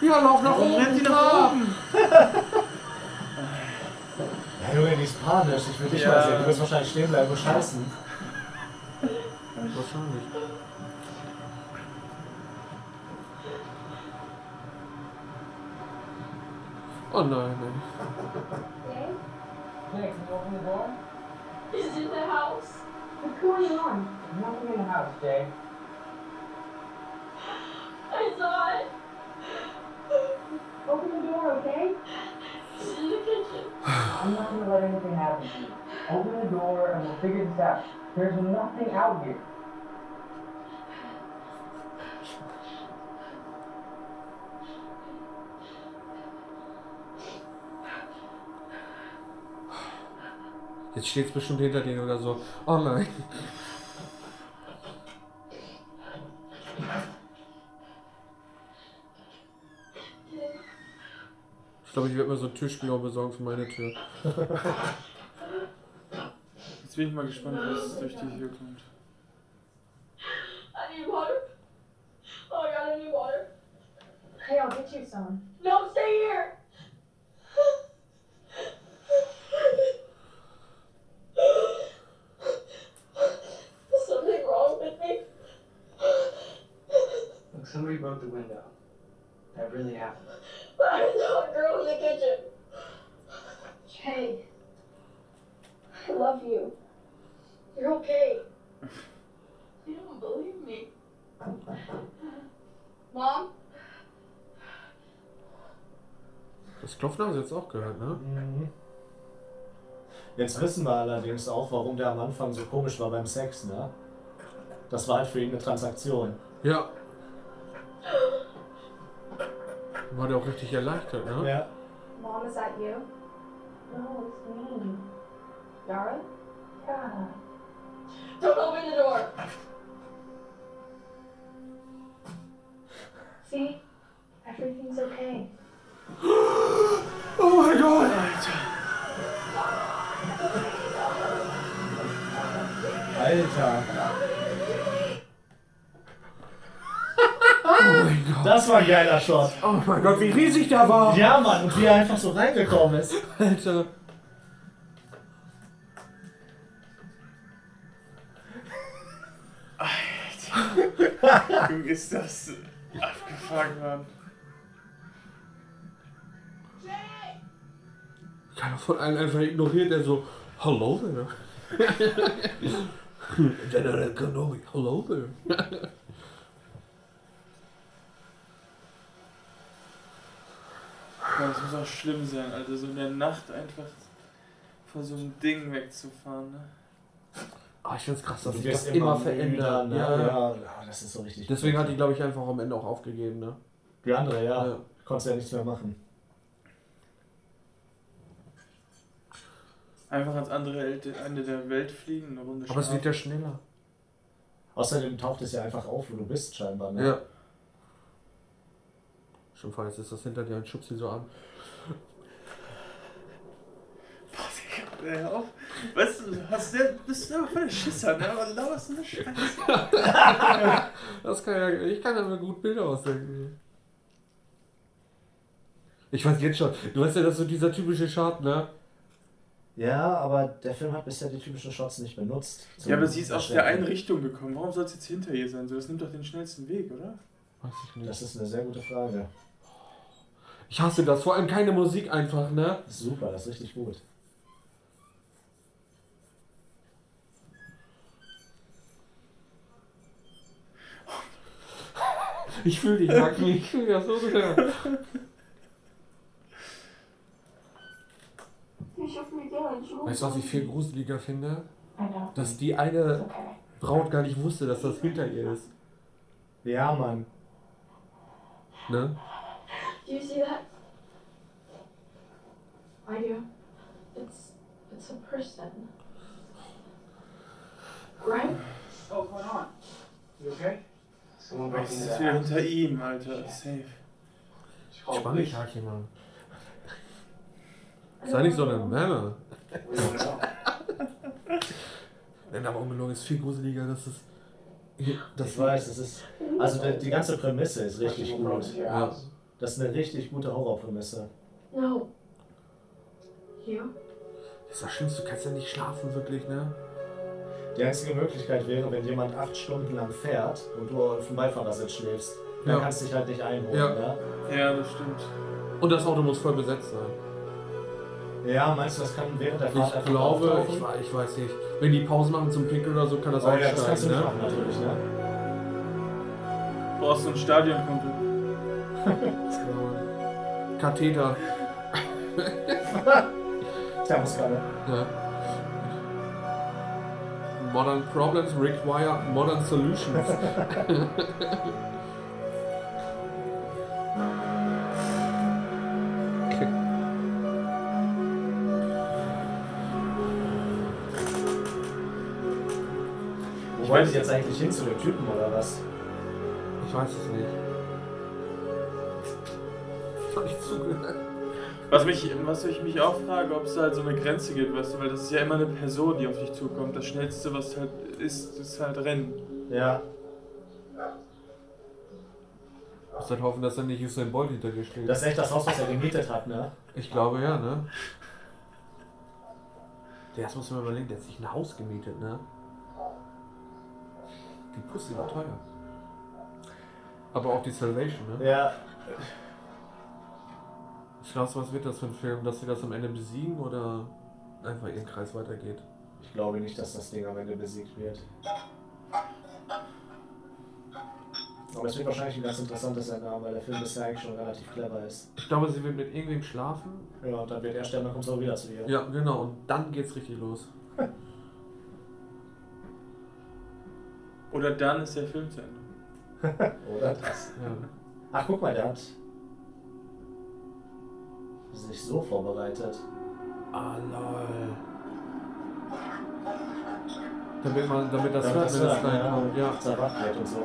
Ja, lauf nach
Warum
oben.
rennt die
klar.
nach oben?
Ja, Junge, die ist panisch. Ich will dich
Ja.
mal sehen. Du wirst wahrscheinlich stehen bleiben und scheißen.
Wahrscheinlich. Oh nein, nein.
Hey, can you open the door?
Is it the house?
What's going on? There's nothing in the house, Jay.
(gasps) I saw it.
Open the door, okay?
It's in the kitchen.
I'm not gonna let anything happen to you. Open the door and we'll figure this out. There's nothing out here.
Jetzt steht's bestimmt hinter denen oder so. Oh nein. Ich glaube, ich werde mir so ein Türspiel auch besorgen für meine Tür.
Jetzt bin ich mal gespannt, was durch die hier kommt.
I need water. Oh my god, I need water.
Hey, I'll get you some.
No, stay here. (gasps) Is something wrong with me?
Look, somebody broke the window. That really happened.
But I saw a girl in the kitchen.
Jay, I love you.
You're okay. You don't believe me. Mom?
Das Klopfen haben sie jetzt auch gehört, ne?
Mhm. Jetzt wissen wir allerdings auch, warum der am Anfang so komisch war beim Sex, ne? Das war halt für ihn eine Transaktion.
Ja. War der auch richtig erleichtert, ne?
Ja.
Mom, is that you? No, it's me. Yara? Yeah. Don't open the door!
See? Everything's okay.
Oh mein Gott!
(laughs)
Alter.
Oh mein Gott.
Das war ein geiler Shot.
Oh mein Gott, wie riesig der war!
Ja, Mann, und wie er einfach so reingekommen ist.
Alter.
Du ist das abgefangen, Mann.
Keiner von allen einfach ignoriert, der so, hallo there. (laughs) General Kenobi, hello there.
Ja, das muss auch schlimm sein, Alter, so in der Nacht einfach vor so einem Ding wegzufahren, ne?
Ah, ich find's krass, dass
Du
sich
wirst
das immer,
immer
verändert.
müder, ne?
ja.
Ja, ja, das ist so richtig
Deswegen
blöd.
hat die, glaube ich, einfach am Ende auch aufgegeben, ne?
Die andere, ja. Konntest ja nichts mehr machen.
Einfach ans andere El- Ende der Welt fliegen, eine Runde
Aber es wird
schlafen.
ja schneller.
Außerdem taucht es ja einfach auf, wo du bist, scheinbar. Ne?
Ja. Schon falls ist das hinter dir und schubst sie so an.
Ey, hör auf. Weißt du, hast du bist du einfach voll der Schisser, ne? Aber laberst du eine Scheiße.
Das kann ja, ich kann ja mir gut Bilder ausdenken. Ich weiß jetzt schon, du weißt ja, das ist so dieser typische Schaden, ne?
Ja, aber der Film hat bisher die typischen Shots nicht benutzt.
Ja, aber sie ist aus der einen
Einrichtung.
Richtung gekommen. Warum soll es jetzt hinter ihr sein? So, das nimmt doch den schnellsten Weg, oder?
Weiß ich nicht.
Das ist eine sehr gute Frage.
Ich hasse das, vor allem keine Musik einfach, ne?
Das ist super, das ist richtig gut.
Ich fühle dich, Magni, (laughs) ich fühle das so sehr.
Ich hab mir gerne schon.
Weißt du, was ich viel gruseliger finde?
I know.
Dass die eine Braut gar nicht wusste, dass das hinter ihr ist,
Ja, Mann.
ne?
Do you see that? I do. It's it's a person. Right?
Oh, what's going on? You okay? Someone broke
Das
into
ist
that (laughs)
wieder
house.
hinter ihm, Alter. Safe.
She called
Spann
police.
dich, Haki, Mann. Sei nicht so eine Memme.
We don't know.
Nein, aber ungelogen ist viel gruseliger, dass es.
Das ich weiß, das ist. Also die, die ganze Prämisse ist richtig gut.
Ja.
Das ist eine richtig gute Horrorprämisse.
No. You?
Das ist das Schlimmste, du kannst ja nicht schlafen, wirklich, ne?
Die einzige Möglichkeit wäre, wenn jemand acht Stunden lang fährt und du auf dem Beifahrersitz schläfst. Dann
Ja.
kannst du dich halt nicht einholen,
Ja.
ja?
Ja, das stimmt.
Und das Auto muss voll besetzt sein.
Ja, meinst du, das kann während der Fahrt
Ich
einfach
glaube,
auftauchen?
ich, wei- ich weiß nicht. Wenn die Pause machen zum Pinkeln oder so, kann das
Oh
auch
ja, das kannst du
steigen,
nicht
ne?
machen, natürlich, ne?
Du brauchst so ein Stadionkumpel.
Ja. Katheter.
Thermoskanne.
Ja. Modern problems require modern solutions.
Wo wollte ich jetzt eigentlich hin zu dem Typen oder was?
Ich weiß es nicht. Ich hab nicht zugehört.
Was, mich, was ich mich auch frage, ob es da halt so eine Grenze gibt, weißt du, weil das ist ja immer eine Person, die auf dich zukommt. Das Schnellste, was halt ist, ist halt Rennen.
Ja.
Ich muss halt hoffen, dass da nicht Usain Bolt hinter dir steht.
Das ist echt das Haus, was er gemietet hat, ne?
ich glaube ja, ne? Der erst muss man überlegen, der hat sich ein Haus gemietet, ne? Die Pussy war teuer. Aber auch die Salvation, ne?
Ja.
Ich glaube, was wird das für ein Film? Dass sie das am Ende besiegen oder einfach ihren Kreis weitergeht?
Ich glaube nicht, dass das Ding am Ende besiegt wird. Aber es wird wahrscheinlich ein ganz interessantes Ende, weil der Film bisher eigentlich schon relativ clever ist.
Ich glaube, sie wird mit irgendwem schlafen.
Ja, und dann wird er sterben, dann kommst du auch wieder zu ihr.
Ja, genau. Und dann geht's richtig los.
Oder dann ist der Film zu Ende.
Oder das?
Ja.
Ah,
Ach, guck mal, der hat sich so vorbereitet.
Ah, lol. Damit, man, damit das hört, wenn es
genau
reinkommt. Ja.
Zerwacht wird und so.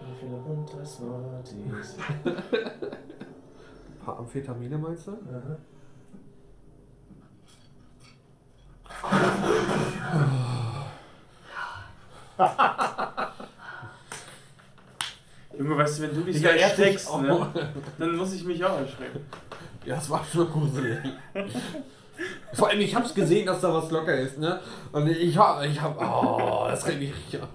Wie viel Hund das war dies?
Ein paar Amphetamine meinst du?
(laughs) Junge, weißt du, wenn du dich so
Digga, er hat sich
erschreckst,
auch-
ne, dann muss ich mich auch erschrecken.
Ja, es war schon gruselig. Vor allem, ich hab's gesehen, dass da was locker ist, ne? Und ich hab, ich hab, oh, das regt mich richtig an.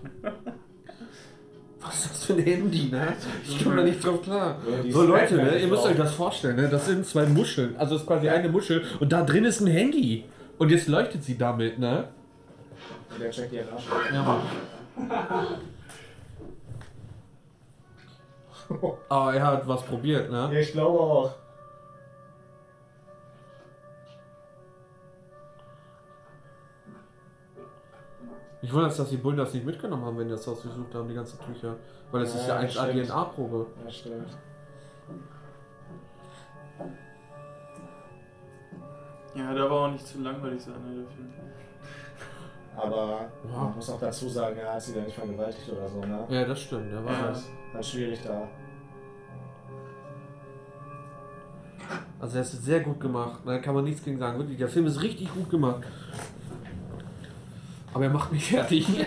Was ist das für ein Handy, ne? Ich komme da nicht drauf klar.
Ja, die
so Leute,
Snapchat
ne,
ist
ihr müsst
drauf.
euch das vorstellen, ne? Das sind zwei Muscheln. Also es ist quasi eine Muschel und da drin ist ein Handy. Und jetzt leuchtet sie damit, ne?
Der checkt die Arsch.
Ja,
(laughs)
Aber er hat was probiert, ne?
Ich glaube auch.
Ich wundere es, dass die Bullen das nicht mitgenommen haben, wenn die das ausgesucht haben, die ganzen Tücher. Weil das ist
Ja,
ja eine
das stimmt.
DNA-Probe.
Ja, stimmt.
Ja, da war auch nicht zu langweilig sein, ne, der Film.
Aber man muss auch dazu sagen, er hat sie da nicht vergewaltigt oder so, ne?
Ja, das stimmt, der war
Ja,
das.
War schwierig da.
Also, er ist sehr gut gemacht. Da kann man nichts gegen sagen. Wirklich, der Film ist richtig gut gemacht. Aber er macht mich (laughs) fertig.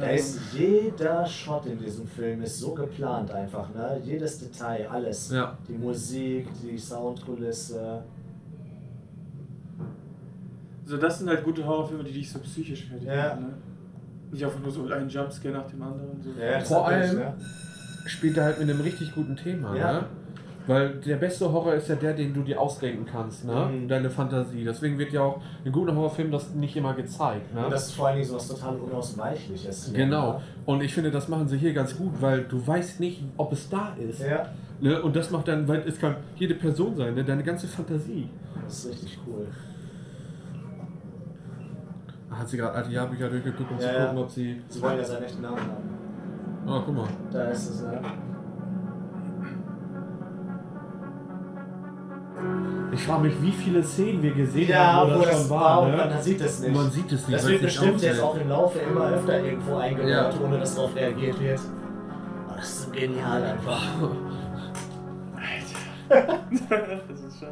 Ey, jeder Shot in diesem Film ist so geplant einfach, ne? Jedes Detail, alles.
Ja.
Die Musik, die Soundkulisse.
Also das sind halt gute Horrorfilme, die dich so psychisch fertig
Ja.
machen. Ne? Nicht einfach nur so einen Jumpscare nach dem anderen. So.
Vor allem spielt er halt mit einem richtig guten Thema,
Ja.
ne? Weil der beste Horror ist ja der, den du dir ausdenken kannst, ne? Deine Fantasie. Deswegen wird ja auch in guten Horrorfilmen das nicht immer gezeigt, ne?
Und das ist vor allen Dingen so was total Unausweichliches. hier,
Genau.
ne?
Und ich finde, das machen sie hier ganz gut, weil du weißt nicht, ob es da ist.
Ja.
Ne? Und das macht dann, weil es kann jede Person sein, ne? deine ganze Fantasie.
Das ist richtig cool.
Hat sie gerade alte Jahrbücher durchgeguckt, um zu
Ja, ja.
gucken, ob sie.
Sie wollen ja seinen echten Namen haben.
Oh, guck mal.
Da ist es, ne?
Ich frage mich, wie viele Szenen wir gesehen
Ja,
haben,
wo das war und man sieht es nicht.
ne? Man sieht es nicht.
Das
weil
wird
es
bestimmt
nicht auffällt.
jetzt auch im Laufe immer öfter irgendwo eingebaut,
Ja.
ohne dass darauf reagiert wird. Aber das ist so genial einfach.
(laughs)
das ist schon.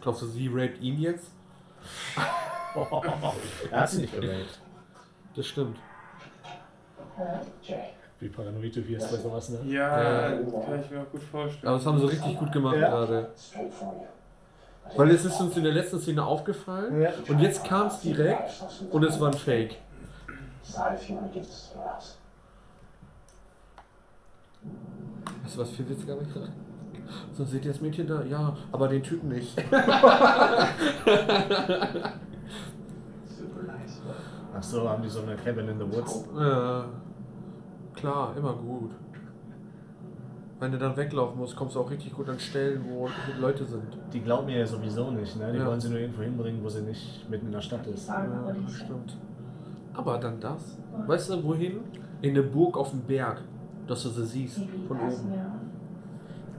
Glaubst du, sie raped ihn jetzt?
er hat sie nicht geraped.
Das stimmt.
Wie paranoid du wirst bei sowas, ne?
Ja, kann ich mir auch gut vorstellen.
Aber das haben sie richtig gut gemacht
Ja.
gerade. Weil es ist uns in der letzten Szene aufgefallen
Ja.
und jetzt kam es direkt und es war ein Fake. Weißt du, was viel witziger wäre? So, seht ihr das Mädchen da? Ja, aber den Typen nicht.
Ach so, haben die so eine Cabin in the Woods.
Ja, Äh, klar, immer gut. Wenn du dann weglaufen musst, kommst du auch richtig gut an Stellen, wo Leute sind.
Die glauben ihr ja sowieso nicht, ne? Die
Ja.
wollen sie nur irgendwo hinbringen, wo sie nicht mitten in der Stadt ist.
Ja, stimmt. Aber dann das. Weißt du, wohin? In eine Burg auf dem Berg, dass du sie siehst, von oben.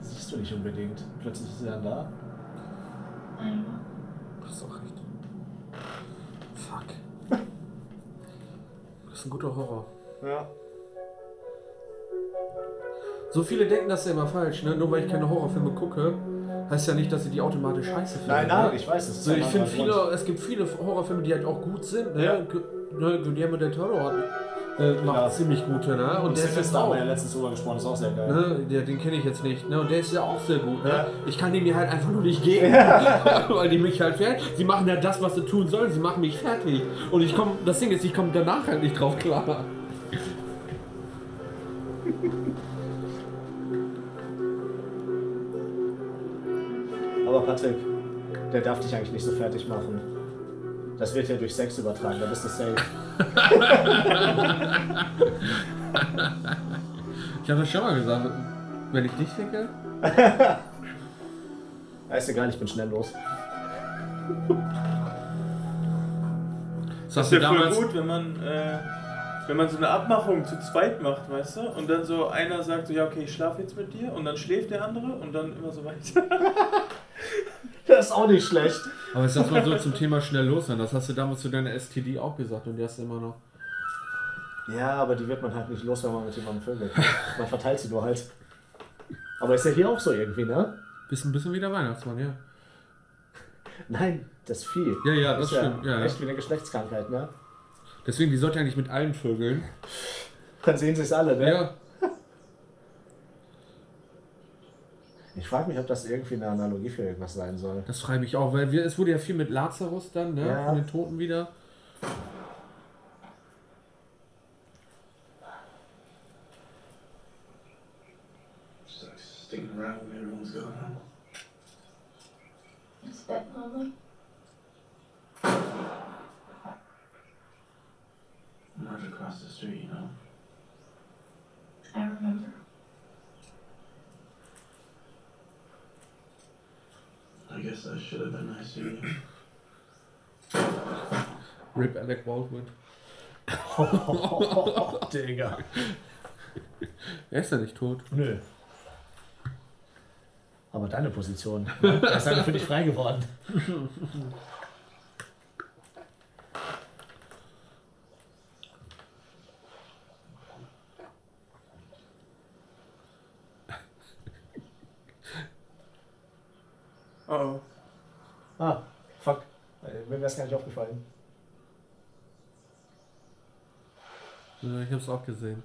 Siehst du nicht unbedingt. Plötzlich ist sie dann da.
Hast auch recht. Fuck. Das ist ein guter Horror.
Ja.
So viele denken das ja immer falsch, ne? Nur weil ich keine Horrorfilme gucke, heißt ja nicht, dass sie die automatisch scheiße finden.
Nein, nein,
ne?
ich weiß, das ist
so,
ja
ich
mein
finde
Grund.
viele, es gibt viele Horrorfilme, die halt auch gut sind, ne?
Ja.
Gu- ne Guillermo del Toro hat, äh, macht ziemlich gute, ne? Und der ist jetzt
Sylvester haben
auch.
wir ja letztens drüber gesprochen, ist auch sehr geil.
Ne, der, den kenne ich jetzt nicht, ne? Und der ist ja auch sehr gut, ne? Ich kann den mir halt einfach nur (laughs) nicht geben. (laughs) Weil die mich halt fertig. Sie machen ja das, was sie tun sollen, sie machen mich fertig. Und ich komme, das Ding ist, ich komme danach halt nicht drauf klar.
Aber Patrick, der darf dich eigentlich nicht so fertig machen. Das wird ja durch Sex übertragen, da bist du safe.
Ich habe das schon mal gesagt. Wenn ich dich ficke?
Ja, Ist egal, ich bin schnell los. (laughs)
Das
Das
hast
ist ja
du
voll
damals-
gut, wenn man, äh, wenn man so eine Abmachung zu zweit macht, weißt du? Und dann so einer sagt so, ja okay, ich schlafe jetzt mit dir und dann schläft der andere und dann immer so weiter. (laughs)
Das ist auch nicht schlecht.
Aber ich sag's mal
(laughs)
so zum Thema schnell los sein. Das hast du damals zu deiner STD auch gesagt und die hast du immer noch.
Ja, aber die wird man halt nicht los, wenn man mit jemandem vögelt.
(laughs)
Man verteilt sie nur halt. Aber ist ja hier auch so irgendwie, ne?
Bist ein bisschen wie der Weihnachtsmann, ja.
Nein, das Vieh.
Ja, ja, das
ist
stimmt, ja, ja.
echt wie eine Geschlechtskrankheit, ne?
Deswegen, die sollte eigentlich mit allen Vögeln.
Dann sehen sie es alle, ne?
Ja.
Ich frage mich, ob das irgendwie eine Analogie für irgendwas sein
(laughs)
soll.
Das freut mich auch, weil wir, es wurde ja viel mit Lazarus dann, ne?
Ja.
Von den Toten wieder.
Just like sticking around when everyone's going home.
It's a bit lonely.
I'm right across the street, you know?
I remember.
I guess I should have been nice to you.
Rip Alec Baldwin.
Digga.
Er ist ja nicht tot.
Nö. Aber deine Position.
(laughs)
ne? Da ist einer für dich frei geworden.
Oh.
Ah, fuck. Äh, Mir wär's gar nicht aufgefallen.
Ja, Äh, Ich hab's auch gesehen.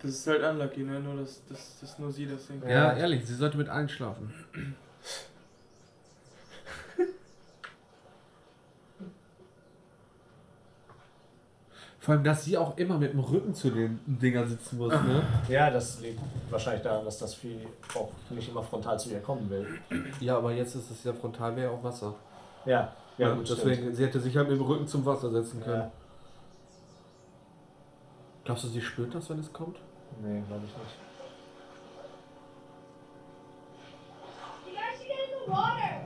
Das ist halt unlucky, ne? Nur, dass, dass, dass nur sie das sehen
Ja,
kann.
ehrlich, sie sollte mit allen schlafen. (laughs) Vor allem, dass sie auch immer mit dem Rücken zu den Dingern sitzen muss, ne?
Ja, das liegt wahrscheinlich daran, dass das Vieh auch nicht immer frontal zu ihr kommen will.
Ja, aber jetzt ist es ja frontal wäre auch Wasser.
Ja, ja, gut,
deswegen,
stimmt.
sie hätte sich halt mit dem Rücken zum Wasser setzen können.
Ja.
Glaubst du, sie spürt das, wenn es kommt?
Nee, glaube ich nicht.
You guys should get in the water.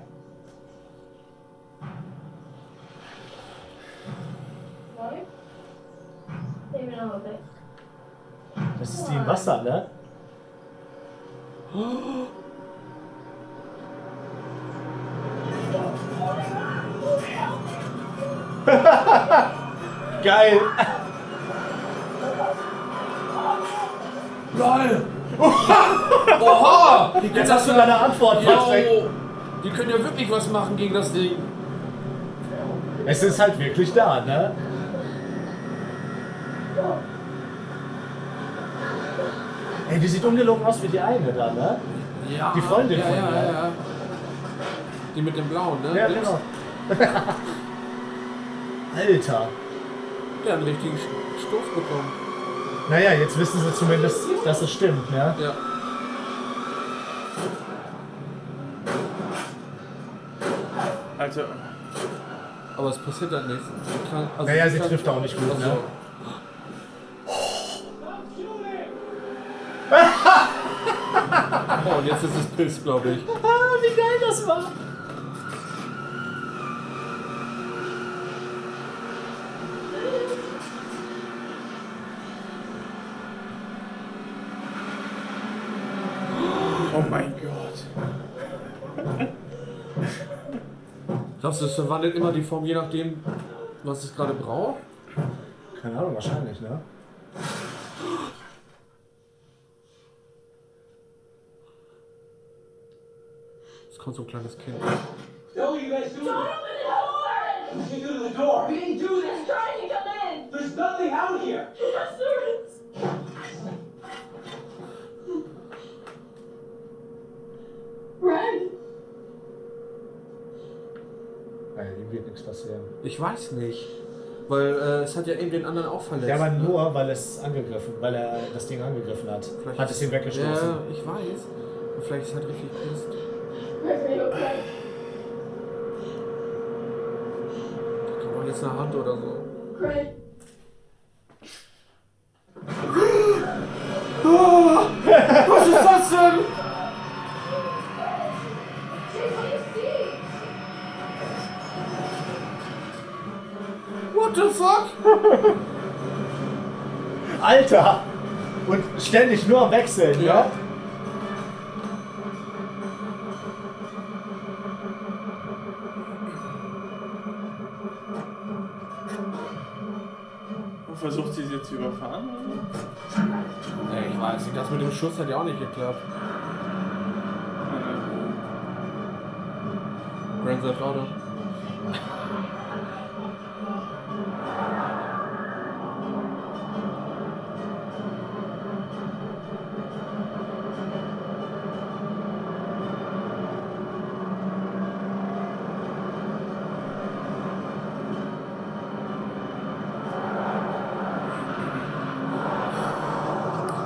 Water? Maybe not a little bit.
Das ist die im Wasser, ne? (laughs) Geil!
Lol! Oha!
Jetzt hast du deine Antwort, Patrick.
Die können ja wirklich was machen gegen das Ding.
Es ist halt wirklich da, ne? Ey, die sieht ungelogen aus wie die eine da, ne?
Ja,
Die Freundin
ja,
von
ja,
ihr.
ja, ja. Die mit dem Blauen, ne?
Ja,
Links.
genau. (laughs) Alter.
Der hat einen richtigen Sch- Stoß bekommen.
Naja, jetzt wissen sie zumindest, dass es stimmt, ne?
Ja.
Also,
Aber es passiert halt nichts. Sie kann- also
Naja, sie
kann- Also-
trifft auch nicht gut,
Ach so.
ne?
(laughs) Oh, und jetzt ist es Pilz, glaube ich.
Ah, wie geil das war!
oh mein Gott.
Glaubst du, es verwandelt immer die Form, je nachdem, was es gerade braucht?
Keine Ahnung, wahrscheinlich, ne?
Es kommt so ein kleines Kind.
What are you guys doing? Don't open the door! You should go to the door. We didn't do this.
Trying to come in!
There's nothing out here.
Yes, there is! Run!
Ey, ihm wird nichts passieren.
Ich weiß nicht. Weil äh, es hat ja eben den anderen auch verletzt.
Ja, aber
ne?
nur, weil es angegriffen, weil er das Ding angegriffen hat. Hat es ihn weggestoßen.
Ja, ich weiß. Und vielleicht ist halt richtig Pist.
River, you okay?
Kann man jetzt eine Hand oder so.
Great.
Ah! What the fuck?
Alter! Und ständig nur am Wechseln, ja?
Und versucht sie sie zu überfahren?
Ey, ich weiß nicht, das mit dem Schuss hat ja auch nicht geklappt. Grand Theft Auto.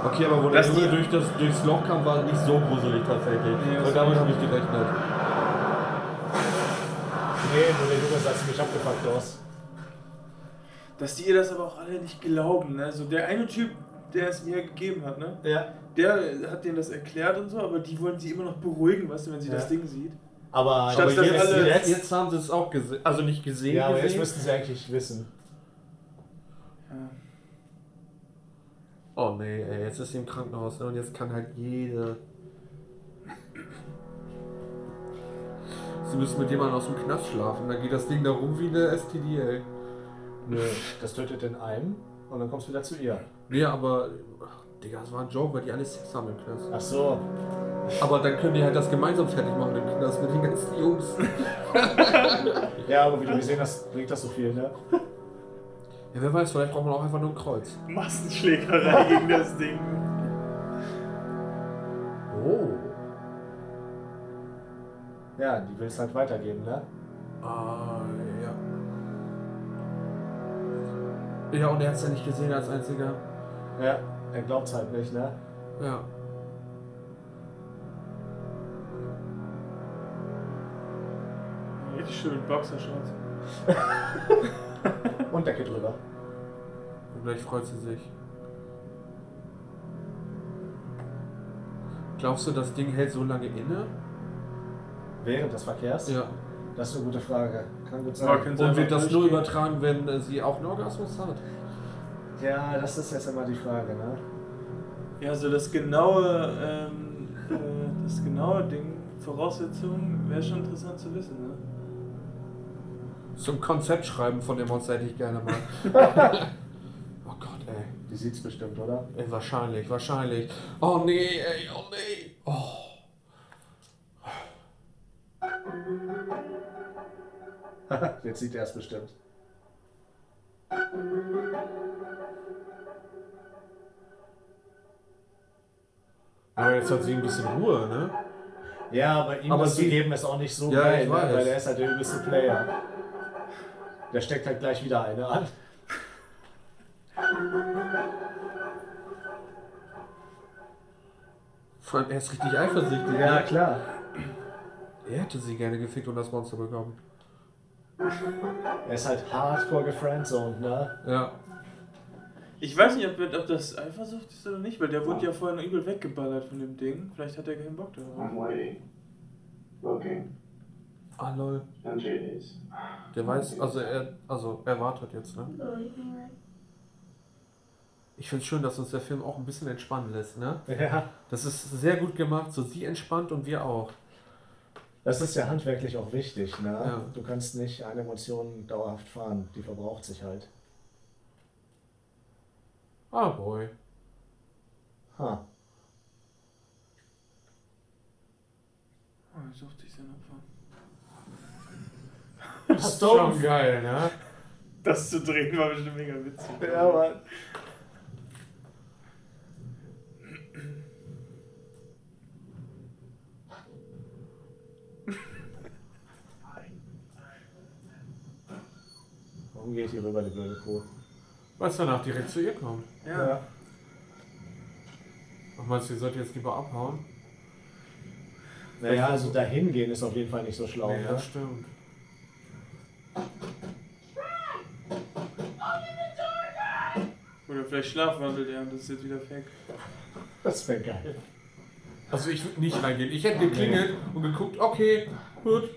Okay, aber wo der
Das-
Junge durch das, durchs Loch kam, war nicht so gruselig tatsächlich.
Nee, das
Und damit habe ich gerechnet.
Nee, nur der Junge sah ziemlich abgefuckt aus.
Dass die ihr das aber auch alle nicht glauben, ne? Also der eine Typ, der es mir gegeben hat, ne?
Ja.
Der hat denen das erklärt und so, aber die wollen sie immer noch beruhigen, weißt du, wenn sie
Ja.
das Ding sieht.
Aber,
Statt
aber
dass
jetzt,
alle-
jetzt,
Jetzt haben sie es auch gesehen, also nicht gesehen.
ja, aber jetzt
gesehen.
müssten sie eigentlich wissen.
Oh nee, ey, jetzt ist sie im Krankenhaus ne? und jetzt kann halt jede. Sie müssen mit jemandem aus dem Knast schlafen, dann geht das Ding da rum wie eine STD, ey.
Nö, das tötet den einen und dann kommst du wieder zu ihr.
Nee, aber. Ach, Digga, das war ein Joke, weil die alle Sex haben im Knast.
Ach so.
Aber dann können die halt das gemeinsam fertig machen im Knast mit den ganzen Jungs.
Ja, aber wie du gesehen hast, bringt das so viel, ne?
(laughs) Ja, wer weiß, vielleicht braucht man auch einfach nur ein Kreuz.
Massenschlägerei gegen das Ding.
Oh.
Ja, die will es halt weitergeben, ne?
Ah, ja. Ja, und er hat es ja nicht gesehen als einziger.
Ja, er glaubt's halt nicht, ne?
Ja.
Richtig schön mit Boxershorts.
Und Decke drüber.
Und gleich freut sie sich. Glaubst du, das Ding hält so lange inne?
Während des Verkehrs?
Ja.
Das ist eine gute Frage. Kann gut sein.
Ja, kann sein.
Und wird das nur übertragen, wenn äh, sie auch einen Orgasmus hat?
Ja, das ist jetzt immer die Frage, ne?
Ja, also das genaue, ähm, äh, das genaue Ding, Voraussetzungen, wäre schon interessant zu wissen, ne?
Zum Konzept schreiben von dem Monster hätte ich gerne mal. (laughs) oh Gott, ey.
Die sieht's bestimmt, oder?
ey. Wahrscheinlich, wahrscheinlich. Oh nee, ey, oh nee. Oh.
jetzt sieht er es bestimmt.
Aber jetzt hat sie ein bisschen Ruhe, ne?
Ja, aber ihm
Aber
das zu
sie-
geben ist auch nicht so
Ja,
geil,
ich
ne?
weiß.
weil der ist halt der übelste Player. Der steckt halt gleich wieder eine an.
Vor allem, er ist richtig eifersüchtig.
Ja,
ne?
klar.
Er hätte sie gerne gefickt und das Monster bekommen.
Er ist halt hardcore gefriendzoned, ne?
Ja.
Ich weiß nicht, ob, ob das Eifersucht ist oder nicht, weil der wurde ja vorher noch übel weggeballert von dem Ding. Vielleicht hat er keinen Bock
I'm
darauf.
waiting. Looking.
Ah, lol.
MJ is.
Der weiß, also er, also er wartet jetzt, ne? Ich finde es schön, dass uns der Film auch ein bisschen entspannen lässt, ne?
Ja.
Das ist sehr gut gemacht, so sie entspannt und wir auch.
Das ist ja handwerklich auch wichtig, ne?
Ja.
Du kannst nicht eine Emotion dauerhaft fahren, die verbraucht sich halt.
Ah, boy.
Ha.
Oh, er sucht sich sein Opfer.
Das ist
Schon geil, ne?
Das zu drehen war bestimmt mega witzig.
Ja, Mann. Warum geht hier rüber, die blöde Kuh?
Was danach direkt zu ihr kommt.
Ja.
Ach, meinst du, ihr sollt jetzt lieber abhauen?
Naja, also dahin gehen ist auf jeden Fall nicht so schlau,
Nee,
ne?
das stimmt.
Oder vielleicht schlafwandelt er und das ist jetzt wieder fake.
Das wäre geil.
Also ich würde nicht reingehen. Ich hätte geklingelt und geguckt, okay, gut.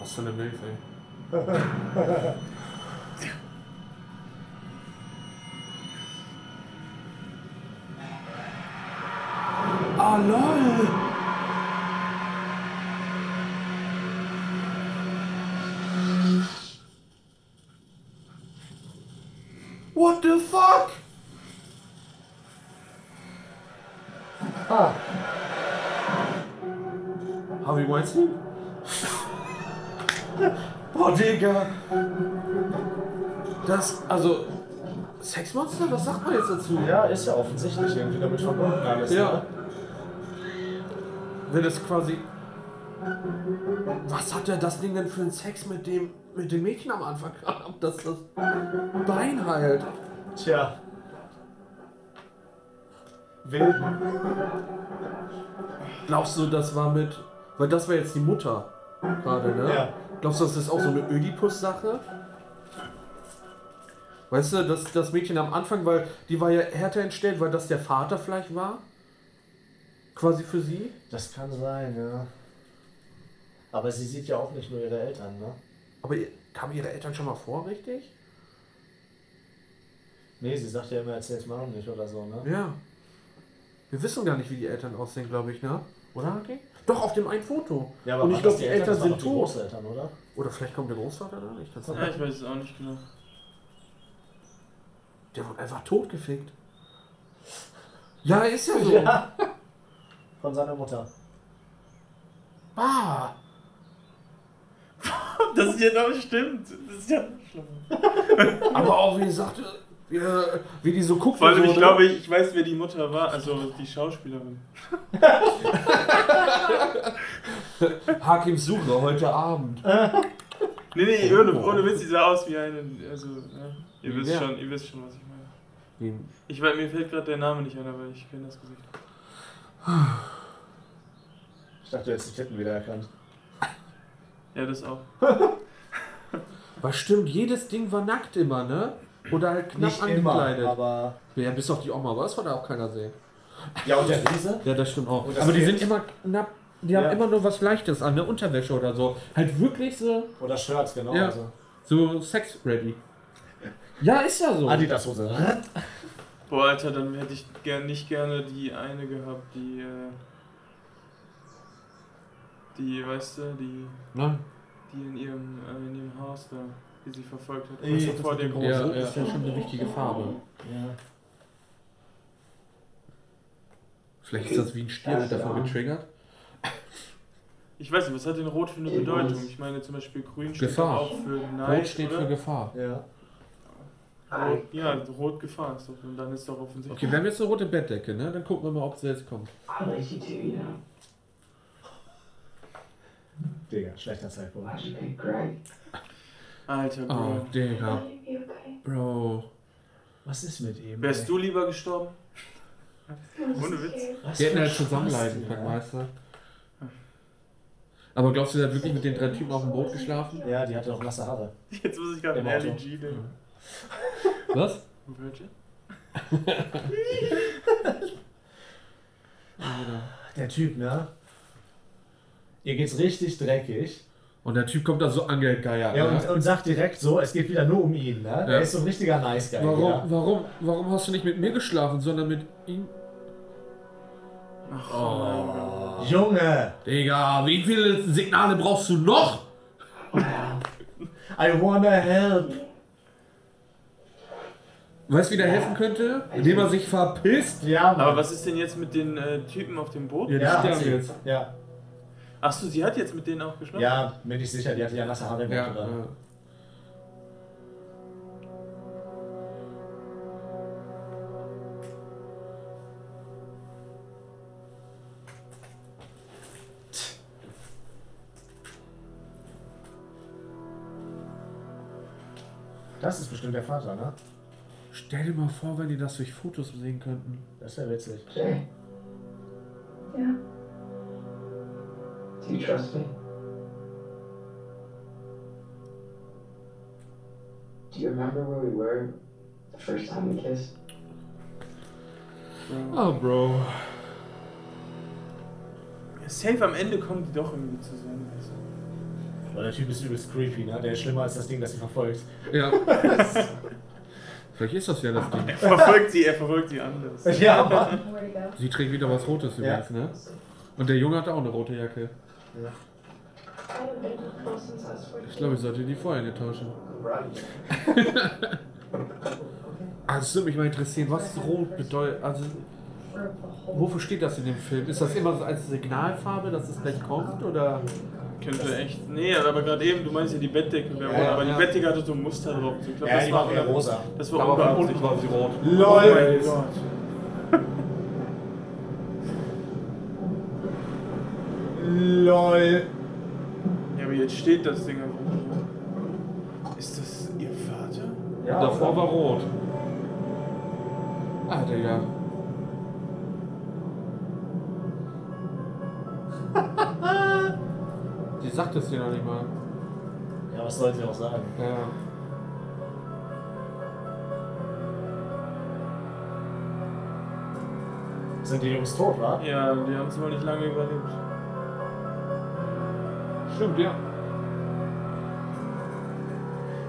Was für eine Milf, ey.
Oh lol!
What the fuck? Ah. Harvey Weinstein? (laughs) Boah, Digga. Das, also, Sexmonster, was sagt man jetzt dazu?
Ja, ist ja offensichtlich irgendwie damit verbunden alles.
Ja.
Ne?
Wenn es quasi. Was hat er das Ding denn für einen Sex mit dem, mit dem Mädchen am Anfang (laughs) gehabt, dass das Bein heilt?
Tja. Wild.
Glaubst du, das war mit. Weil das war jetzt die Mutter gerade, ne?
Ja.
Glaubst du, das ist auch so eine Ödipus-Sache? Weißt du, dass das Mädchen am Anfang, weil die war ja härter entstellt, weil das der Vater vielleicht war? Quasi für sie?
Das kann sein, ja. Aber sie sieht ja auch nicht nur ihre Eltern, ne?
Aber ihr- kamen ihre Eltern schon mal vor, richtig?
Nee, sie sagt ja immer, erzähl's mal noch nicht oder so, ne?
Ja. Wir wissen gar nicht, wie die Eltern aussehen, glaube ich, ne? Oder, Haki? Doch, auf dem einen Foto.
Ja, aber
Und
waren
ich glaube,
das
die
die Eltern?
Eltern
Das waren
sind
doch die
tot.
Großeltern, oder?
Oder vielleicht kommt der Großvater da nicht.
Ja, ich weiß es auch nicht genau.
Der wurde einfach totgefickt. Ja, ist ja so.
Ja. Von seiner Mutter. (laughs)
Ah.
Das ist ja doch stimmt. Das ist ja schlimm.
Aber auch, wie gesagt, äh, wie die so guckt.
Vor allem,
und so,
ich
ne?
glaube, ich, ich weiß, wer die Mutter war. Also die Schauspielerin.
Hakim Suche heute Abend.
Nee, nee, ohne, ohne Witz, sie sah aus wie eine. Also, ja. ihr,
Wie
wisst
wer?
schon, ihr wisst schon, was ich meine.
Wie-
Ich weiß, mir fällt gerade der Name nicht ein, aber ich kenne das Gesicht.
Ich dachte, du hättest die Titten wiedererkannt.
Ja, das auch.
Was stimmt, jedes Ding war nackt immer, ne? Oder halt knapp
Nicht immer,
angekleidet.
aber-
Ja, bis auf die Oma, aber das wollte auch keiner sehen.
Ja, und der Riese?
Ja, das stimmt auch.
Und das
Aber die
Kind?
sind immer knapp. Die haben
Ja.
immer nur was Leichtes an, ne? Unterwäsche oder so. Halt wirklich so.
Oder Shirts, genau.
ja.
Also.
So sex-ready. Ja, ist ja so.
Adidas-Hose.
Boah, Alter, dann hätte ich gern, nicht gerne die eine gehabt, die. Äh, die, weißt du, die.
Na?
Die in ihrem, äh, in ihrem Haus da, die sie verfolgt hat.
Ey,
Weißt du,
das
vor
mit
der
dem
großen.
Ja, Rot Oh, ist ja schon eine wichtige Farbe.
Ja.
Vielleicht ist das wie ein Stier, wird davon getriggert.
Ich weiß nicht, was hat denn Rot für eine Bedeutung? Ich meine zum Beispiel Grün steht
Gefahr.
auch für Neid.
Rot steht
oder?
für Gefahr.
Ja.
Rot, ja, also Rot Gefahr ist doch. Und dann ist doch offensichtlich.
Okay, wir haben jetzt eine rote Bettdecke, ne? Dann gucken wir mal, ob sie jetzt kommt.
Aber ich sehe sie wieder.
Digga, schlechter Zeitpunkt.
Alter,
Oh,
Bro.
Digga. Bro.
Was ist mit ihm?
Wärst du lieber gestorben? (laughs) Ohne Witz.
Die hätten halt zusammenleiden können, weißt du? Aber glaubst du, der hat wirklich mit den drei Typen auf dem Boot geschlafen?
Ja, die hatte auch nasse Haare.
Jetzt muss ich gerade
Im
an Ellie
Auto.
G denken.
Was?
Virgin?
Der Typ, ne? Ihr geht's richtig dreckig.
Und der Typ kommt da so angegeiert.
Ja,
ne?
und, äh, und sagt direkt so, es geht wieder nur um ihn, ne?
Ja.
Er ist so ein richtiger Nice Guy.
warum,
Ja.
warum, warum hast du nicht mit mir geschlafen, sondern mit ihm?
Ach,
oh.
Junge!
Digga, wie viele Signale brauchst du noch?
I wanna help!
Weißt du, wie der helfen könnte? Indem er sich verpisst?
Ja,
Aber was ist denn jetzt mit den äh, Typen auf dem Boot?
Ja, die
Ja, hat
sterben
sie.
jetzt.
Ja.
Achso, sie hat jetzt mit denen auch geschlafen?
Ja, bin ich sicher, die hatte ja nasse Haare
Ja,
gehabt, oder?
ja.
Das ist bestimmt der Vater, ne?
Stell dir mal vor, wenn die das durch Fotos sehen könnten.
Das wäre witzig.
Yeah.
Do you trust me? Do you remember where we were the first time we kissed?
Oh, Bro.
Safe am Ende kommen die doch irgendwie zusammen. Also.
Weil der Typ ist übelst creepy, ne? Der ist schlimmer als das Ding, das sie verfolgt.
(laughs) Ja. Vielleicht ist das ja das Ding.
Er verfolgt sie, er verfolgt sie
(laughs)
anders.
Ja, Mann.
Sie trägt wieder was Rotes
Ja.
übrigens, ne? Und der Junge hat auch eine rote Jacke. Ich glaube, ich sollte die Vorhänge tauschen. (laughs) Also, es würde mich mal interessieren, was rot bedeutet. Also, wofür steht das in dem Film? Ist das immer so als Signalfarbe, dass es gleich kommt? Oder?
Könnte echt. Nee, aber gerade eben, du meinst ja die Bettdecke wäre
Ja,
rot,
ja,
aber
ja.
die Bettdecke hatte so ein Muster drauf. Ich glaub,
Ja, die war eher rosa.
Das war
Aber von
unbeabsichtigt.
unten war sie rot.
Oh
LOL.
mein Gott.
LOL.
Ja, aber jetzt steht das Ding einfach rot. Ist das ihr Vater?
Ja, davor war rot. Ah, Digga. (laughs) Die sagt es dir noch nicht mal.
Ja, was soll sie auch sagen?
Ja.
Sind die Jungs tot, wa?
Ja, die haben es wohl nicht lange überlebt.
Stimmt, ja.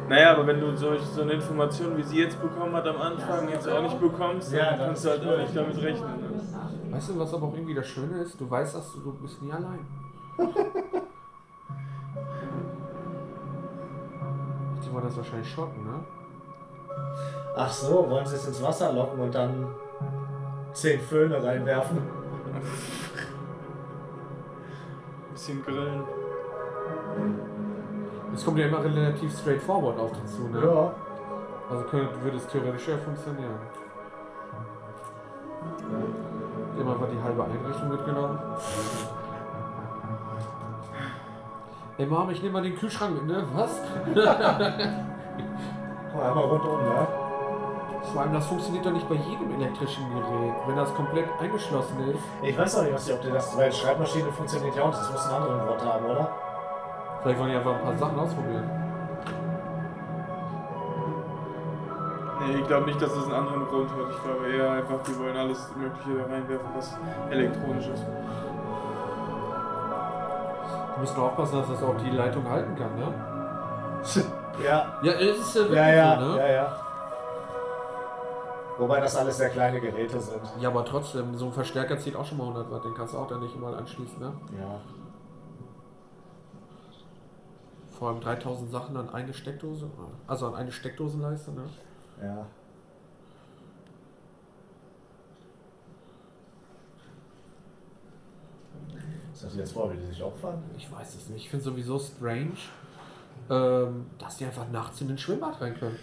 Naja, aber wenn du so, so eine Information, wie sie jetzt bekommen hat am Anfang, jetzt auch nicht bekommst, dann kannst du halt auch nicht damit rechnen. ne?
Weißt du, was aber auch irgendwie das Schöne ist? Du weißt, dass du, du bist nie (laughs) allein. Die wollen das wahrscheinlich schocken, ne?
Ach so, wollen sie es ins Wasser locken und dann zehn Föhne reinwerfen?
Bisschen grillen.
Es kommt ja immer relativ straightforward auf dich zu, ne?
Ja.
Also könnte, würde es theoretisch ja funktionieren. Die haben einfach die halbe Einrichtung mitgenommen. Ey Mom, ich nehme mal den Kühlschrank mit, ne? Was?
Einmal rundum, ne?
Vor allem, das funktioniert doch nicht bei jedem elektrischen Gerät, wenn das komplett eingeschlossen ist.
Ich weiß auch nicht, was die- ob die das, weil Schreibmaschine funktioniert ja auch, das muss einen anderen Grund haben, oder?
Vielleicht wollen die einfach ein paar Sachen ausprobieren.
Nee, ich glaube nicht, dass das einen anderen Grund hat. Ich glaube eher einfach, die wollen alles Mögliche da reinwerfen, was elektronisch ist.
Die müssen nur aufpassen, dass das auch die Leitung halten kann, ne?
Ja.
Ja, es ist ja wirklich
Ja, ja,
so, ne?
ja, ja. Wobei das alles sehr kleine Geräte sind.
Ja, aber trotzdem, so ein Verstärker zieht auch schon mal 100 Watt, den kannst du auch dann nicht überall anschließen, ne?
Ja.
Vor allem 3000 Sachen an eine Steckdose, also an eine Steckdosenleiste, ne?
Ja. Was hast du jetzt vor, wie die sich opfern?
Ich weiß es nicht. Ich finde sowieso strange, ähm, dass die einfach nachts in den Schwimmbad rein können.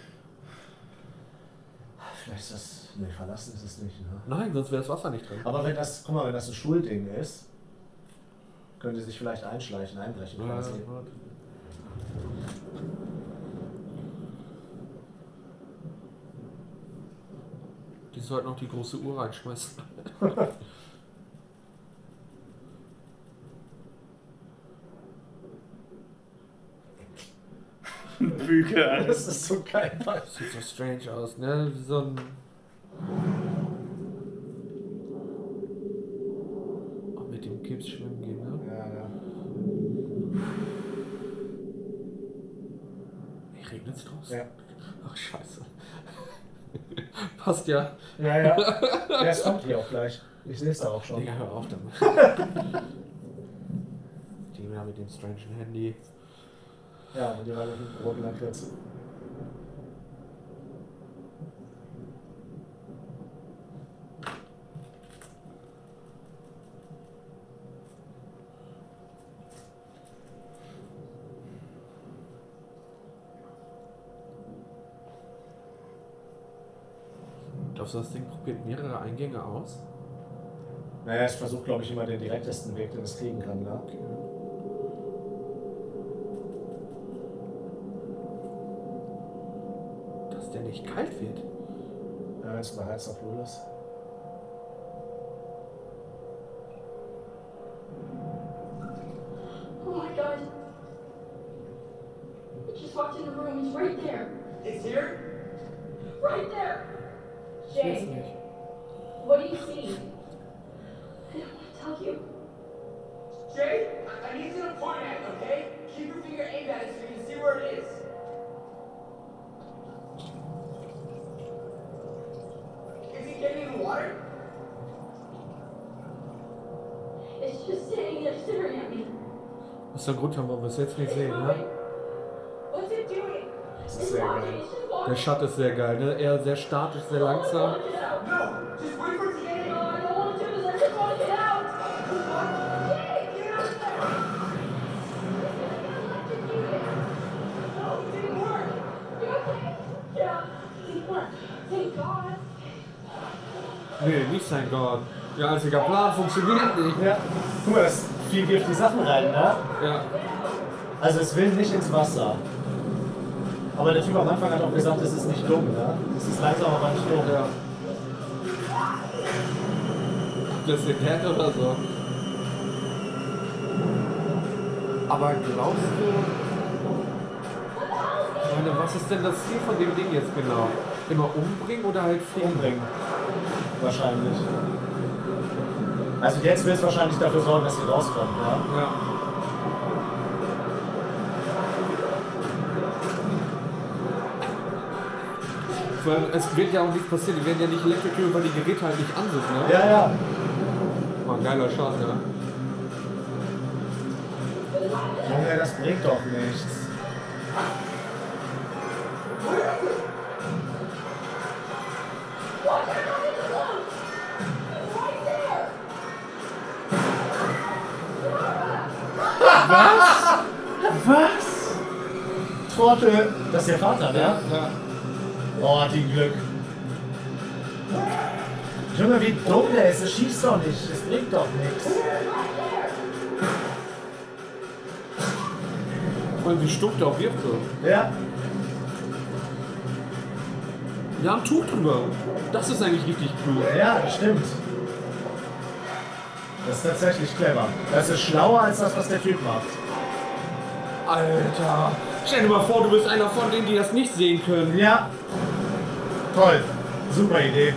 Vielleicht ist das. Nee, verlassen ist es nicht, ne?
Nein, sonst wäre das Wasser nicht drin.
Aber wenn das, guck mal, wenn das ein Schulding ist, können die sich vielleicht einschleichen, einbrechen.
Ja,
quasi.
ja. Die sollten auch die große Uhr reinschmeißen.
Bücher.
Das ist so geil.
Das sieht so strange aus, ne? Wie so ein. Oh, mit dem Gips schwimmen gehen, ne?
Ja, ja.
Ey, regnet's draußen?
Ja.
Ach, scheiße. (laughs) Passt ja.
Ja, ja. Ja, es kommt hier auch gleich. Ich sehe es da auch schon.
Digga, hör auf damit. (laughs) Die wieder mit dem strangen Handy.
Ja, und die waren mit roten Lakritz.
Glaubst du, das Ding probiert mehrere Eingänge aus?
Naja, ich versuche, glaube ich, immer den direktesten Weg, den es kriegen kann, ne?
Dass der nicht kalt wird?
Ja, wenn es beheizt auf Null ist.
Oh my god. I just walked in the room. It's right there. It's here? Right there.
Jay,
What do you see? I don't want to tell you.
Jay, I need you to point at it, okay? Keep your finger aimed
Das ist der Grund, warum wir es jetzt nicht sehen, ne?
What's it doing?
Das ist sehr geil. Der Shot ist sehr geil, ne? Er sehr statisch, sehr langsam. Nee, nicht sein Gott. Ja, einziger Plan funktioniert nicht.
Ja. Guck mal, das viel wirft die Sachen rein, ne?
Ja.
Also es will nicht ins Wasser. Aber der Typ am Anfang hat auch gesagt, es ist nicht dumm, ne? Es ist langsam, aber nicht dumm.
Ja. Das ist Cat oder so. Aber glaubst du. Ich meine, was ist denn das Ziel von dem Ding jetzt genau? Immer umbringen oder halt fliegen?
Umbringen. Wahrscheinlich. Also jetzt wird es wahrscheinlich dafür sorgen, dass sie rauskommen, ja?
Ja. Vor allem, es wird ja auch nichts passieren. Die werden ja nicht elektrisch, weil die Geräte halt nicht an sind, ne?
Ja, ja.
War ein geiler Shot, ja.
Junge, das bringt doch nichts. Was? Trottel. Das ist der Vater, ne?
Ja.
Oh, hat die Glück. Junge, wie dumm der ist. Es schießt doch nicht. Es bringt doch nichts.
Vor allem, wie stumpf der auch wirkt so.
Ja.
Ja, ein Tuch drüber. Das ist eigentlich richtig klug.
Ja, stimmt. Das ist tatsächlich clever. Das ist schlauer als das, was der Typ macht.
Alter. Stell dir mal vor, du bist einer von denen, die das nicht sehen können.
Ja. Toll. Super Idee.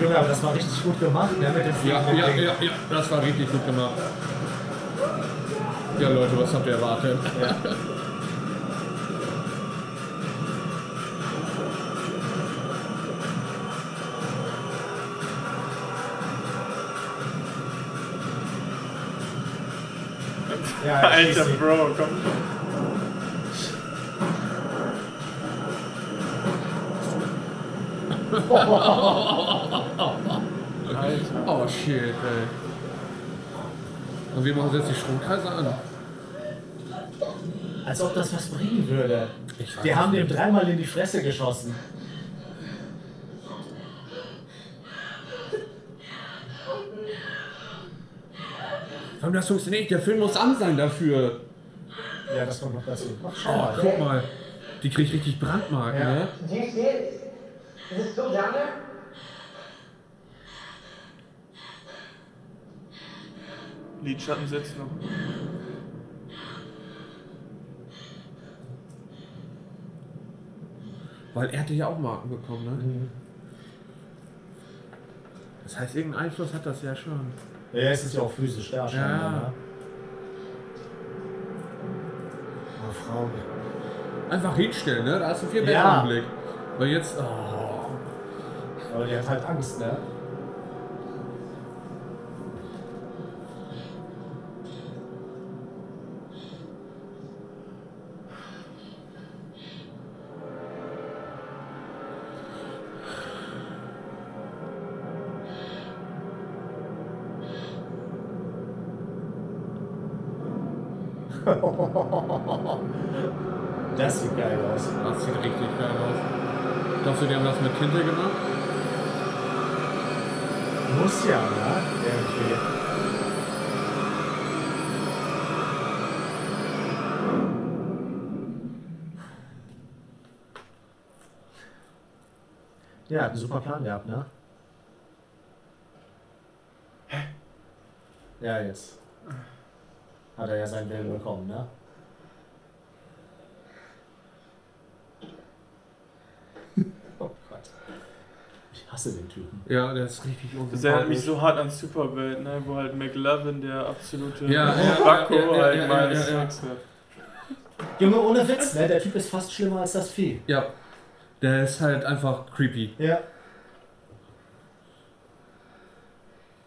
Junge, aber das war richtig gut gemacht, ne? Mit dem
Ja,
fliegenden
ja,
Ding.
ja, ja, das war richtig gut gemacht. Ja, Leute, was habt ihr erwartet?
Ja, ja,
Alter,
schieß ihn.
Bro, komm.
Oh shit, ey. Und wir machen uns jetzt die Stromkreise an.
Als ob das was bringen würde.
Ich weiß
Wir haben
es
dem
nicht.
dreimal in die Fresse geschossen.
Warum das funktioniert nicht? Der Film muss an sein dafür.
Ja, das kommt noch dazu. Ach, schau
Oh,
mal.
guck mal. Die kriegt richtig Brandmarken,
Ja.
ne?
Do you see it? Is it still down there?
Lidschatten sitzt noch.
Weil er hatte ja auch Marken bekommen, ne?
Mhm.
Das heißt, irgendeinen Einfluss hat das ja schon.
Ja, es ist ja auch physisch da schon.
Ja.
Ne? Oh, Frau.
Einfach hinstellen, ne? Da hast du viel
Ja.
besser im Blick. Weil jetzt. Oh.
Aber die hat halt Angst, ne? Das sieht geil aus.
Das sieht richtig geil aus. Glaubst du, die haben das mit Tinte gemacht?
Muss ja, ne? Irgendwie. Ja, hat einen super Plan gehabt, ne? Hä? Ja, jetzt. Hat er ja seinen Willen bekommen, ne? Oh Gott. Ich hasse den Typen.
Ja, der ist richtig unsympathisch.
Das erinnert mich so hart an Superbad, ne? wo halt McLovin der absolute
Ja, ja,
Wacko
ja, ja,
halt
ja,
mal
ja,
ist.
ja.
Junge, ohne Witz, ne? Der Typ ist fast schlimmer als das Vieh.
Ja. Der ist halt einfach creepy.
Ja.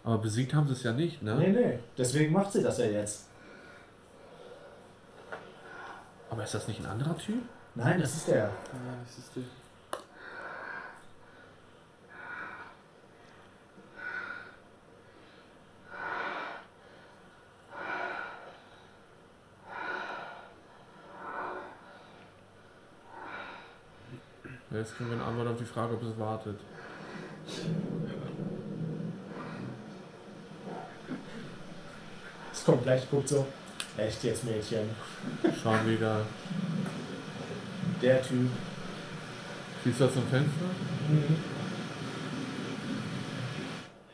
Aber besiegt haben sie es ja nicht, ne?
Nee, nee. Deswegen macht sie das ja jetzt.
Aber ist das nicht ein anderer Typ?
Nein, das ist der.
Ja, das ist der.
Ja, Jetzt kriegen wir eine Antwort auf die Frage, ob es wartet.
Es kommt gleich gut so. Echt jetzt, Mädchen.
Schauen wir da.
Der Typ.
Siehst du das zum Fenster?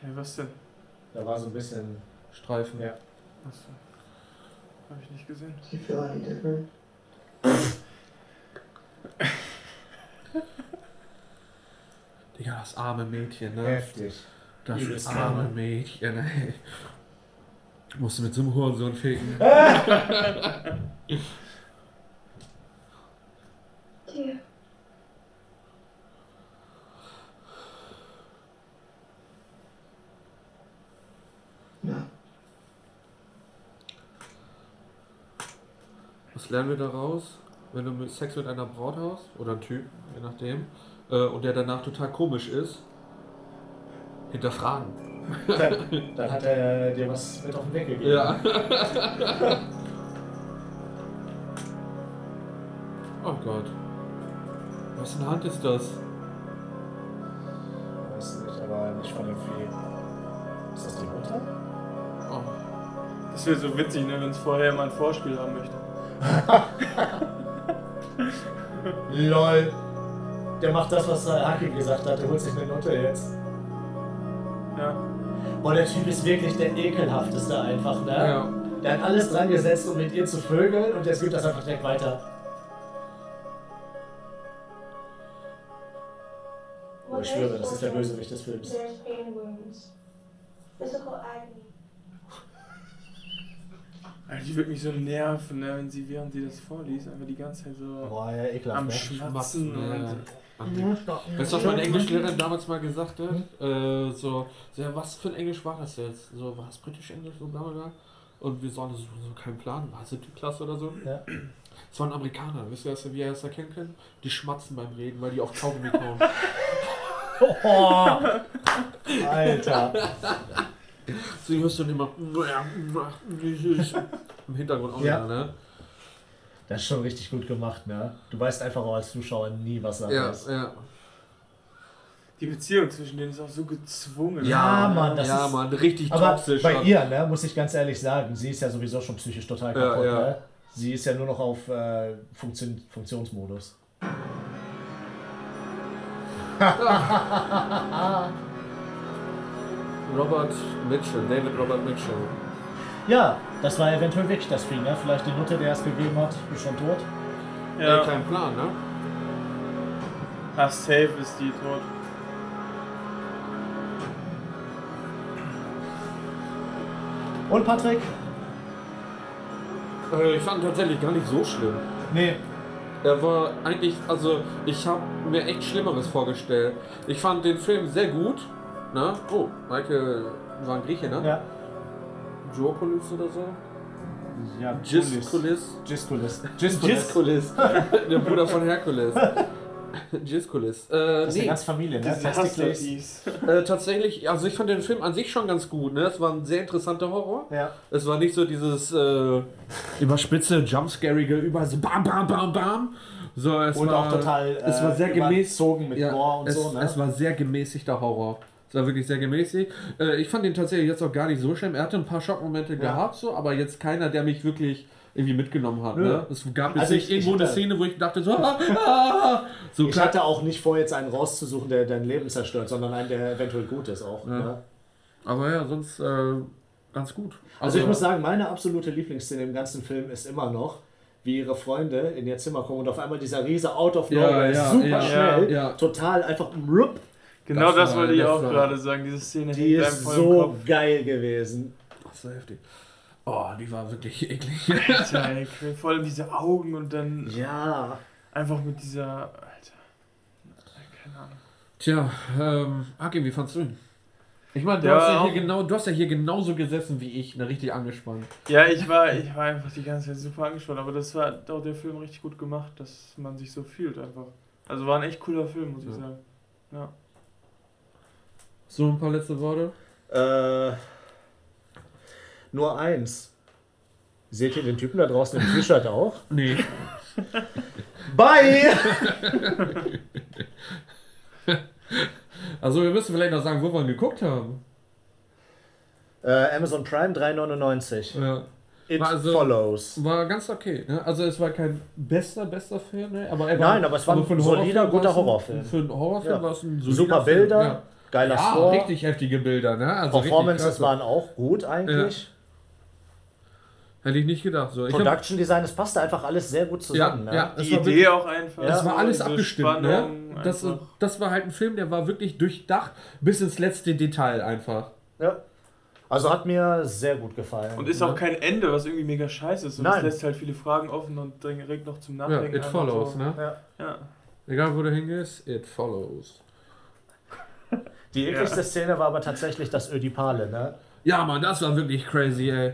Hey, was denn?
Da war so ein bisschen.
Streifen.
Ja.
Achso. Hab ich nicht gesehen.
Do you feel any different?
Digga, das arme Mädchen, ne?
Heftig.
Das
Übelst
arme
krank.
Mädchen, ey. Musst du mit so einem Hurensohn
(laughs)
ficken.
Dear.
Was lernen wir daraus? Wenn du mit Sex mit einer Braut hast, oder einem Typ, je nachdem, äh, und der danach total komisch ist, hinterfragen.
Dann, dann hat er dir was mit auf den Weg gegeben.
Ja. (laughs) oh Gott. Was für eine Hand ist das?
Weiß nicht, aber nicht von dem Vieh. Ist das die Mutter?
Oh.
Das wäre so witzig, ne, wenn es vorher mal ein Vorspiel haben möchte.
LOL. Der macht das, was der Haki gesagt hat. Der holt sich eine Nutte jetzt.
Ja.
Boah, der Typ ist wirklich der ekelhafteste einfach, ne?
Ja.
Der hat alles dran gesetzt, um mit ihr zu vögeln und jetzt gibt das einfach direkt weiter.
Oh, ich schwöre, das ist der Bösewicht des Films.
There's pain wounds. Physical agony.
Alter, Also, die wird mich so nerven, ne, wenn sie, während sie das vorliest, einfach die ganze Zeit so
Boah, ja, ekelhaft,
am
ne?
Schmatzen.
Ja.
und-
Weißt du, was meine Englischlehrerin damals mal gesagt
Hm?
hat? Äh, so, so, ja, was für ein Englisch war das jetzt? So, war es britisch-englisch und bla bla bla? Und wir sollen so, so keinen Plan, war es die Klasse oder so?
Ja.
Es waren Amerikaner, wisst ihr, was- wie ihr das erkennen könnt? Die schmatzen beim Reden, weil die auf
(laughs)
Kaugummi kauen.
Boah. Alter.
so, die hörst du dann immer im Hintergrund auch
Ja.
wieder, ne?
Das ist schon richtig gut gemacht, ne? Du weißt einfach auch als Zuschauer nie, was da
Ja,
äh,
ist.
ja.
Die Beziehung zwischen denen ist auch so gezwungen.
Ja, Mann, das
ja,
ist-
Mann, richtig
Aber
toxisch.
bei
Mann.
ihr, ne, muss ich ganz ehrlich sagen, sie ist ja sowieso schon psychisch total
Ja,
kaputt,
ja.
ne? Sie ist ja nur noch auf äh, Funktion Funktionsmodus.
Robert Mitchell, David Robert Mitchell.
Ja, das war eventuell wirklich das Vieh, ne? Vielleicht die Nutte, der es gegeben hat, ist schon tot.
Ja. Ey,
Ja,
kein Plan, ne?
ach, Ah, safe ist die tot.
Und Patrick?
Äh, Ich fand ihn tatsächlich gar nicht so schlimm.
Nee.
Er war eigentlich, also ich habe mir echt Schlimmeres vorgestellt. Ich fand den Film sehr gut. Ne? Oh, Michael war ein Grieche, ne?
Ja.
Jokulis oder so?
Ja,
Giskulis.
Giskulis.
Giskulis. (laughs) Der Bruder
(laughs)
von Herkules. Giskulis. Äh,
Das ist eine
nee.
ganze Familie, ne?
Das
Testicles.
äh, tatsächlich, also ich fand den Film an sich schon ganz gut. Ne? Es war ein sehr interessanter Horror.
Ja.
Es war nicht so dieses äh, überspitze, jumpscarige, überall so bam, bam, bam, bam. So, es
Und
war,
auch total äh,
es war sehr gemäß,
überzogen mit Gore und
es,
so, ne?
Es war sehr gemäßigter Horror. Es war wirklich sehr gemäßigt. Äh, ich fand ihn tatsächlich jetzt auch gar nicht so schlimm. Er hatte ein paar Schockmomente gehabt, so, aber jetzt keiner, der mich wirklich irgendwie mitgenommen hat.
Nö.
Ne? Es gab jetzt
Also
nicht
ich-
irgendwo
ich
eine
hatte-
Szene, wo ich dachte, so, (laughs) ah, ah, so
ich
klar.
hatte auch nicht vor, jetzt einen rauszusuchen, der dein Leben zerstört, sondern einen, der eventuell gut ist auch. Ne?
Aber ja, sonst äh, ganz gut.
Also ich muss sagen, meine absolute Lieblingsszene im ganzen Film ist immer noch, wie ihre Freunde in ihr Zimmer kommen und auf einmal dieser riese Out of
Ja,
Nowhere,
ja,
super
ja,
schnell,
ja.
total einfach rup,
Genau
Das
das,
war-
wollte ich
das
auch
war-
gerade sagen. Diese Szene
die
hängt
ist
einem voll im
so
Kopf.
geil gewesen.
Ach, so heftig. Oh, die war wirklich (laughs) eklig.
Alter, ey, quäl- vor allem diese Augen und dann
Ja.
einfach mit dieser. Alter. Keine Ahnung.
Tja, ähm, Hakim, wie fandst du ihn? Ich meine, du,
Ja,
hast ja
auch-
hier genau, du hast ja hier genauso gesessen wie ich, ne, richtig angespannt.
Ja, ich war, ich war einfach die ganze Zeit super angespannt, aber das war hat auch der Film richtig gut gemacht, dass man sich so fühlt einfach. Also war ein echt cooler Film, muss ich sagen. Ja.
So ein paar letzte Worte.
Äh, nur eins. Seht ihr den Typen da draußen im T-Shirt auch?
(laughs) Nee.
Bye!
Also wir müssen vielleicht noch sagen, wo wir ihn geguckt haben.
Äh, Amazon Prime 3,99.
Ja.
It
War also-
follows.
War ganz okay. Ne? Also es war kein bester, bester Film, ne? aber er war,
Nein, aber es war ein
für einen
solider,
Horrorfilm
guter
war es ein-
Horrorfilm.
Für einen Horrorfilm
Ja.
war es ein solider
Super
Film,
Bilder,
ja.
geiler
ja,
Score.
richtig heftige Bilder. Ne? Also richtig
Performances
krasse.
waren auch gut eigentlich.
Hätte ich nicht gedacht. So. Ich hab-
Production Design, es passte einfach alles sehr gut zusammen.
Ja,
ne?
ja, es
Die
war
Idee
wirklich-
auch einfach.
Es war
so
alles
diese
abgestimmt.
Spannung
Ne? Das,
einfach.
das war halt ein Film, der war wirklich durchdacht bis ins letzte Detail einfach.
Ja. Also hat mir sehr gut gefallen.
Und ist auch kein Ende, was irgendwie mega scheiße ist. Und das
Nein.
lässt halt viele Fragen offen und dann regt noch zum
Ja,
Nachdenken.
it
an und
follows,
so.
ne?
Ja.
Egal wo du hingehst, it follows.
Die ekligste
Ja.
Szene war aber tatsächlich das Ödipale, ne?
Ja, Mann, das war wirklich crazy, ey.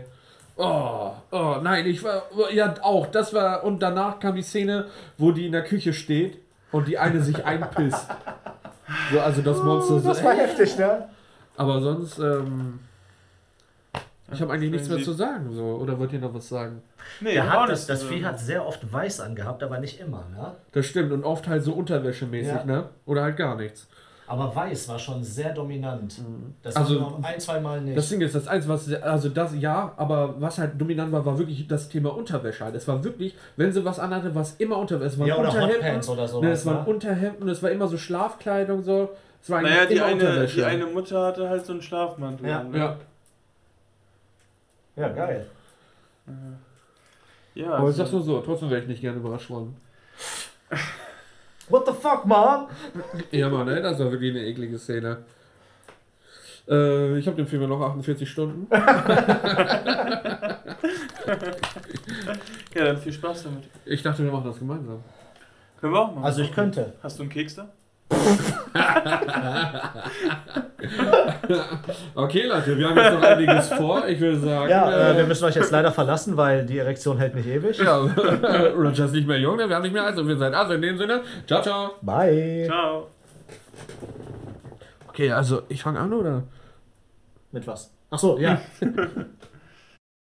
Oh, oh, nein, ich war. Ja, auch, das war. Und danach kam die Szene, wo die in der Küche steht und die eine sich einpisst. So, also das Monster so.
Das war heftig, ne?
Aber sonst, ähm. Ich habe eigentlich nichts mehr
Sie-
zu sagen, so. Oder wollt ihr noch was sagen?
Nee,
Der
auch
hat
nicht
das, das
so.
Vieh hat sehr oft weiß angehabt, aber nicht immer, ne?
Das stimmt, und oft halt so unterwäschemäßig,
Ja.
ne? Oder halt gar nichts.
Aber weiß war schon sehr dominant. Das
Also,
also, noch ein, zwei Mal nicht.
Das Ding ist, das Einzige, was, also das, ja, aber was halt dominant war, war wirklich das Thema Unterwäsche halt. Es war wirklich, wenn sie was anhatte, war es immer Unterwäsche. Es waren
Ja, oder
Unterhemden,
Hotpants oder sowas,
Ne, es waren
ne?
Unterhemden, es war immer so Schlafkleidung, so. Es war
Naja, die
immer
eine,
Unterwäsche.
die eine Mutter hatte halt so einen Schlafmantel.
Ja.
an,
Ja.
ne?
ja, geil.
Ja,
aber ich
also-
sag's nur so, trotzdem wäre ich nicht gerne überrascht worden.
What the fuck, Mom?
Ja, Mann, ey, das war wirklich eine eklige Szene. Äh, ich habe den Film ja noch 48 Stunden.
ja, dann viel Spaß damit.
Ich dachte, wir machen das gemeinsam.
Können wir auch machen.
Also ich könnte.
Hast du einen Keks da?
okay, Leute, wir haben jetzt noch einiges vor. Ich würde sagen.
Ja, äh,
äh,
wir müssen euch jetzt leider verlassen, weil die Erektion hält nicht ewig.
Ja, (laughs) Roger ist nicht mehr jung, ne? wir haben nicht mehr alt, so wir sein. Also in dem Sinne, ciao, ciao.
Bye.
Ciao.
Okay, also ich fange an, oder?
Mit was? Ach so, ja.